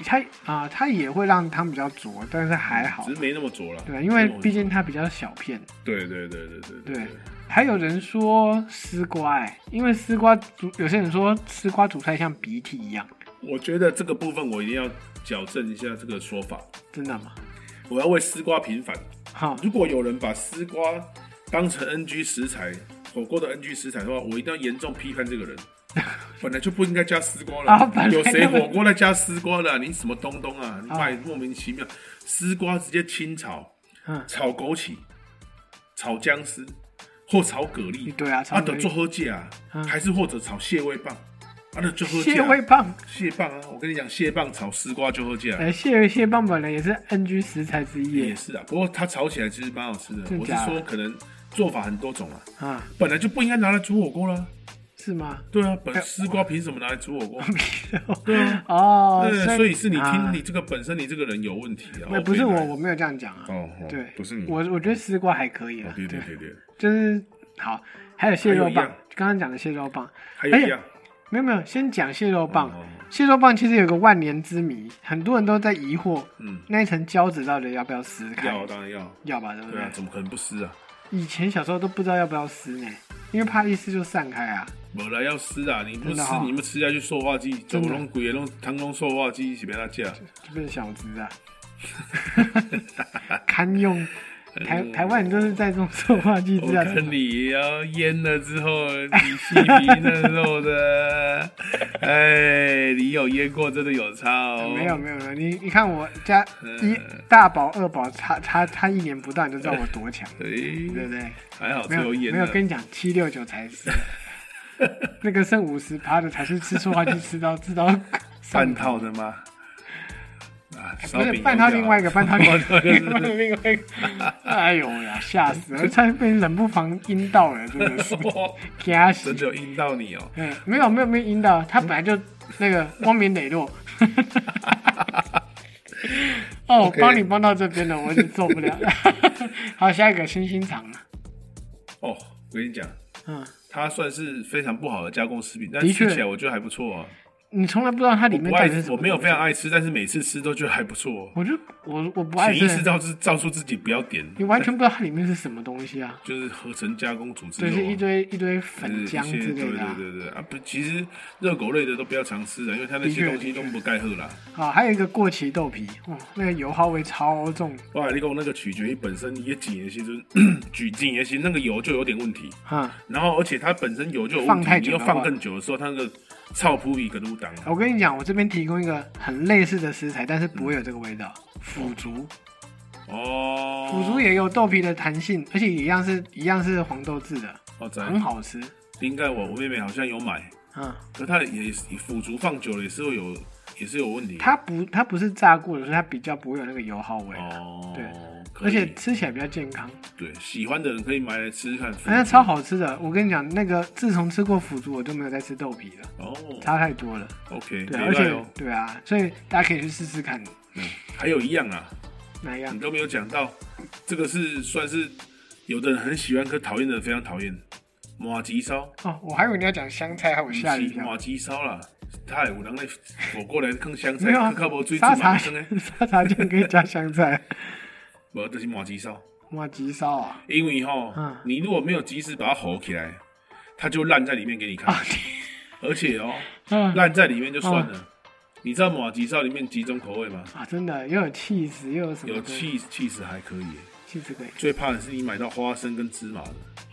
Speaker 2: 它啊、它也会让汤比较浊，但是还好
Speaker 1: 只，是没那么浊了。
Speaker 2: 对，因为
Speaker 1: 嗯没那么
Speaker 2: 毕竟它比较小片。
Speaker 1: 对对对对对
Speaker 2: 对，还有人说丝瓜、哎，因为丝瓜煮，有些人说丝瓜煮出来像鼻涕一样，
Speaker 1: 我觉得这个部分我一定要矫正一下这个说法，
Speaker 2: 真的吗？
Speaker 1: 我要为丝瓜平反。
Speaker 2: 哈，
Speaker 1: 如果有人把丝瓜当成 NG 食材，火锅的 NG 食材的话，我一定要严重批判这个 人。本来就不应该加丝瓜了，
Speaker 2: 啊本来
Speaker 1: 有谁
Speaker 2: 就
Speaker 1: 火锅在加丝瓜的啊、你什么东东啊？你
Speaker 2: 啊
Speaker 1: 卖莫名其妙，丝瓜直接清炒，
Speaker 2: 嗯
Speaker 1: 炒枸杞，炒姜丝，或炒蛤蜊，
Speaker 2: 对啊，
Speaker 1: 啊，
Speaker 2: 超
Speaker 1: 等做喝芥啊，还是或者炒蟹味棒，啊，那就喝芥
Speaker 2: 嗯蟹
Speaker 1: 啊
Speaker 2: 味棒，
Speaker 1: 蟹棒啊，我跟你讲，蟹棒炒丝瓜就喝芥啊，
Speaker 2: 呃，蟹蟹棒本来也是 NG 食材之一
Speaker 1: 也是啊。不过它炒起来其实蛮好吃的，
Speaker 2: 真
Speaker 1: 我是
Speaker 2: 假的
Speaker 1: 说可能做法很多种啊，
Speaker 2: 哎啊，
Speaker 1: 本来就不应该拿来煮火锅啦。
Speaker 2: 是吗？
Speaker 1: 对啊，
Speaker 2: 哎
Speaker 1: 本丝瓜凭什么拿来煮火锅？
Speaker 2: 哦，
Speaker 1: 啊对，所以是你听
Speaker 2: 啊
Speaker 1: 你这个本身你这个人有问题啊。
Speaker 2: 那
Speaker 1: 哦
Speaker 2: 不是我，
Speaker 1: 原来
Speaker 2: 我没有这样讲啊。
Speaker 1: 哦，哦
Speaker 2: 对，
Speaker 1: 不是你，哦
Speaker 2: 我我觉得丝瓜还可以啊。
Speaker 1: 对对对对，
Speaker 2: 就是好，还有蟹
Speaker 1: 还
Speaker 2: 肉
Speaker 1: 有一
Speaker 2: 棒
Speaker 1: 样，
Speaker 2: 刚刚讲的蟹肉棒，
Speaker 1: 还有一样，
Speaker 2: 没有没有，先讲蟹肉棒。
Speaker 1: 哦
Speaker 2: 蟹肉棒其实有个万年之谜，很多人都在疑惑，
Speaker 1: 嗯，
Speaker 2: 那一层胶质到底要不要撕开？
Speaker 1: 要当然要，啊
Speaker 2: 要吧，对不
Speaker 1: 对
Speaker 2: 对
Speaker 1: 啊，？怎么可能不撕啊？
Speaker 2: 以前小时候都不知道要不要撕呢，因为怕一撕就散开啊。
Speaker 1: 没啦，要吃啊！你不
Speaker 2: 真
Speaker 1: 吃
Speaker 2: 的哦，
Speaker 1: 你不吃下去塑化剂，走
Speaker 2: 真的
Speaker 1: 拢鬼也拢汤拢塑化剂一起被他架。
Speaker 2: 就变小资啊， 堪用。台台湾人就是在这种塑化剂
Speaker 1: 呃我
Speaker 2: 之下，
Speaker 1: 看你要腌了之后，你细皮嫩肉 的，哎，你有腌过真的有差哦。
Speaker 2: 没有没有没有，你你看我家
Speaker 1: 呃
Speaker 2: 一大宝二宝差差差一年不到，你就知道我 多强，对不
Speaker 1: 哎，
Speaker 2: 对？
Speaker 1: 还好
Speaker 2: 没
Speaker 1: 只
Speaker 2: 有
Speaker 1: 腌
Speaker 2: 没有，
Speaker 1: 的。
Speaker 2: 跟你讲七六九才 是，那个剩五十趴的才是吃塑化剂吃到吃到上
Speaker 1: 半
Speaker 2: 头
Speaker 1: 套的吗？啊，
Speaker 2: 哎不是
Speaker 1: 烧饼
Speaker 2: 半套另外一个 半套另
Speaker 1: 油
Speaker 2: 外
Speaker 1: 条
Speaker 2: 一个另外一个，哎呦呀，吓死了！差点被冷不防阴到了，真 的是
Speaker 1: 哇
Speaker 2: 吓死
Speaker 1: 哦真！的有阴到你哦。
Speaker 2: 嗯，没有没有没有阴到，他本来就 那个光明磊落。哦，我
Speaker 1: OK
Speaker 2: 帮你帮到这边了，我就受不 了。好，下一个星星肠了。
Speaker 1: 哦，我跟你讲，
Speaker 2: 嗯，
Speaker 1: 它算是非常不好的加工食品，但
Speaker 2: 的
Speaker 1: 吃
Speaker 2: 确
Speaker 1: 起来我觉得还不错啊。
Speaker 2: 你从来不知道它里面
Speaker 1: 不
Speaker 2: 到
Speaker 1: 爱
Speaker 2: 底是
Speaker 1: 吃，
Speaker 2: 什
Speaker 1: 我
Speaker 2: 么。啊
Speaker 1: 没有非常爱吃，但是每次吃都觉得还不错。哦
Speaker 2: 我就我我不爱
Speaker 1: 潜意
Speaker 2: 吃，
Speaker 1: 识造是造出自己不要点，
Speaker 2: 你完全不知道它里面是什么东西啊？
Speaker 1: 就是合成加工组织
Speaker 2: 对，
Speaker 1: 肉
Speaker 2: 是
Speaker 1: 啊，
Speaker 2: 一堆一
Speaker 1: 就
Speaker 2: 堆
Speaker 1: 是
Speaker 2: 粉
Speaker 1: 一
Speaker 2: 浆
Speaker 1: 些
Speaker 2: 之类
Speaker 1: 对
Speaker 2: 的啊。
Speaker 1: 对对对啊！不，其实热狗类的都不要常吃啊，因为它那些
Speaker 2: 的确
Speaker 1: 东西都不盖喝啦。
Speaker 2: 啊，还有一个过期豆皮，哦，那个油耗味超重
Speaker 1: 哇，你讲那个取决于本身也紧的时阵，嗯举紧的时候那个油就有点问题，
Speaker 2: 啊！
Speaker 1: 然后而且它本身油就有问
Speaker 2: 放
Speaker 1: 题，
Speaker 2: 太
Speaker 1: 你
Speaker 2: 久
Speaker 1: 又
Speaker 2: 的
Speaker 1: 放
Speaker 2: 话
Speaker 1: 更久的时候，它那个臭扑鼻跟入档。
Speaker 2: 我跟你讲，我这边提供一个很类似的食材，但是不会有这个味道。
Speaker 1: 嗯
Speaker 2: 腐竹，
Speaker 1: 哦，
Speaker 2: 腐竹也有豆皮的弹性，而且一样是一样是黄豆制的，
Speaker 1: 哦，在
Speaker 2: 很好吃。
Speaker 1: 应该我我妹妹好像有买，
Speaker 2: 嗯，
Speaker 1: 可它也腐竹放久了也是会有，也是有问题。
Speaker 2: 它不它不是炸过的，所以它比较不会有那个油耗味，
Speaker 1: 哦，
Speaker 2: 对
Speaker 1: 可
Speaker 2: 而
Speaker 1: 以
Speaker 2: 且吃起来比较健康，
Speaker 1: 对喜欢的人可以买来吃吃看。
Speaker 2: 哎那超好吃的。我跟你讲，那个自从吃过腐竹，我就没有再吃豆皮了，
Speaker 1: 哦
Speaker 2: 差太多了。
Speaker 1: ，OK，
Speaker 2: 对啊，
Speaker 1: 没
Speaker 2: 而
Speaker 1: 赖
Speaker 2: 且
Speaker 1: 哦。
Speaker 2: 对啊，所以大家可以去试试看
Speaker 1: 嗯还有一样啊，
Speaker 2: 哪样
Speaker 1: 你。都没有讲到，这个是算是有的人很喜欢，可讨厌的人非常讨厌。马吉烧，
Speaker 2: 哦，我还以为你要讲香菜，害我
Speaker 1: 不
Speaker 2: 吓了一
Speaker 1: 是
Speaker 2: 跳。
Speaker 1: 马吉烧啦，他有人那火锅来更香菜，
Speaker 2: 没有啊
Speaker 1: 更靠无，追煮
Speaker 2: 沙茶
Speaker 1: 嘛，生的，
Speaker 2: 沙茶酱可以加 香菜，
Speaker 1: 无就是马吉烧，
Speaker 2: 哇，吉烧啊！
Speaker 1: 因为吼
Speaker 2: 嗯，
Speaker 1: 你如果没有及时把它吼起来，它就烂在里面给你看，
Speaker 2: 啊
Speaker 1: 而且哦，
Speaker 2: 嗯
Speaker 1: 烂在里面就算了。你知道马吉烧里面几种口味吗？
Speaker 2: 啊，真的又有 cheese 又有什么
Speaker 1: 有
Speaker 2: 的
Speaker 1: cheese cheese 还可以耶，
Speaker 2: cheese 可以
Speaker 1: 最怕的是你买到花生跟芝麻的，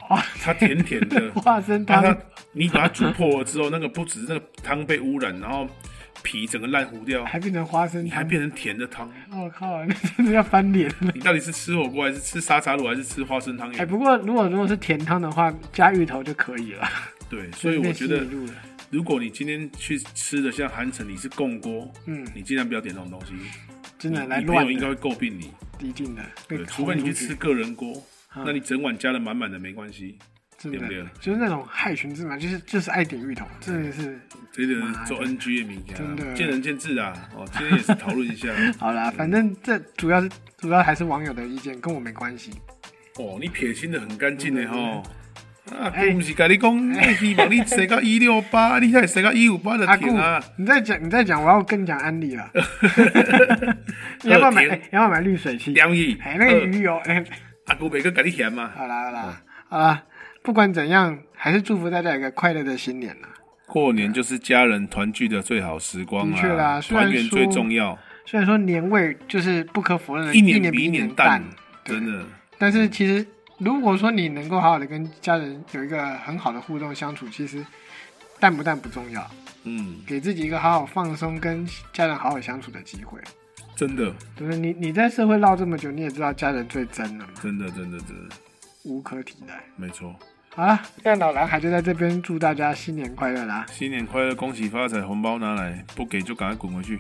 Speaker 2: 哇，，
Speaker 1: 它甜甜的
Speaker 2: 花生
Speaker 1: 把
Speaker 2: 汤
Speaker 1: 它你把它煮破了之后，那个不止那个汤被污染，然后皮整个烂糊掉，
Speaker 2: 还变成花生
Speaker 1: 你还
Speaker 2: 汤，
Speaker 1: 变成甜的汤。
Speaker 2: 我、靠，那真的要翻脸了。
Speaker 1: 你到底是吃火锅还是吃沙茶卤还是吃花生汤
Speaker 2: 哎，
Speaker 1: 圆？
Speaker 2: 不过如果如果是甜汤的话，加芋头就可以了。
Speaker 1: 对，所以我觉
Speaker 2: 被
Speaker 1: 得
Speaker 2: 吸引，住了
Speaker 1: 如果你今天去吃的像韩城，你是共锅，
Speaker 2: 嗯，
Speaker 1: 你尽量不要点这种东西，
Speaker 2: 真的来
Speaker 1: 你朋
Speaker 2: 乱
Speaker 1: 友应该
Speaker 2: 的，
Speaker 1: 会诟病你。
Speaker 2: 一定的，被
Speaker 1: 对，除非你去吃个人锅，
Speaker 2: 嗯
Speaker 1: 那你整碗加的满满的没关系。
Speaker 2: 真的
Speaker 1: 对不对
Speaker 2: 就是那种害群之马，就是就是爱点芋头，真的是。
Speaker 1: 这个做 NG 的物件，
Speaker 2: 真的
Speaker 1: 见仁见智啊。哦，今天也是讨论一 下。
Speaker 2: 好
Speaker 1: 嗯
Speaker 2: 啦，反正这主要是主要还是网友的意见，跟我没关系。
Speaker 1: 哦，你撇清的很干净的吼。啊，
Speaker 2: 哎
Speaker 1: 我不是跟你讲，你希望你塞到一六 八，你才塞到一五八就
Speaker 2: 阿顾
Speaker 1: 停啊。，
Speaker 2: 你再讲，你再讲，我要跟你讲安利 了。你要不要买？
Speaker 1: 二田
Speaker 2: 哎你要不要买滤水器？
Speaker 1: 两亿，
Speaker 2: 哎，那个嗯鱼油，哎，
Speaker 1: 阿姑别个跟你嫌啊嘛，
Speaker 2: 好啦好
Speaker 1: 嗯
Speaker 2: 啦好啦，不管怎样，还是祝福大家有个快乐的新年啦。
Speaker 1: 过年就是家人团聚的最好时光
Speaker 2: 的确啦
Speaker 1: 啊，
Speaker 2: 虽然
Speaker 1: 团圆
Speaker 2: 说
Speaker 1: 最重要，
Speaker 2: 虽然说年味就是不可否认的，
Speaker 1: 一
Speaker 2: 年
Speaker 1: 年
Speaker 2: 比
Speaker 1: 比一
Speaker 2: 嗯年
Speaker 1: 年淡，
Speaker 2: 对
Speaker 1: 真的。
Speaker 2: 但是其实如果说你能够好好的跟家人有一个很好的互动相处，其实淡不淡不重要，
Speaker 1: 嗯，
Speaker 2: 给自己一个好好放松、跟家人好好相处的机会。
Speaker 1: 真的，
Speaker 2: 就是你你在社会绕这么久，你也知道家人最真了嘛，
Speaker 1: 真的，真的，真的，
Speaker 2: 无可替代。
Speaker 1: 没错。
Speaker 2: 好了，那老蓝还就在这边祝大家新年快乐啦！
Speaker 1: 新年快乐，恭喜发财，红包拿来，不给就赶快滚回去。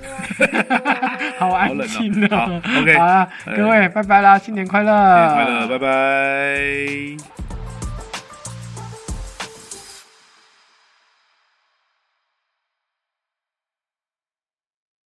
Speaker 2: 好安
Speaker 1: 冷哦
Speaker 2: 静哦。
Speaker 1: 好，OK
Speaker 2: 啊好啦，各位拜拜啦，新年快乐！
Speaker 1: 新年快乐，拜拜。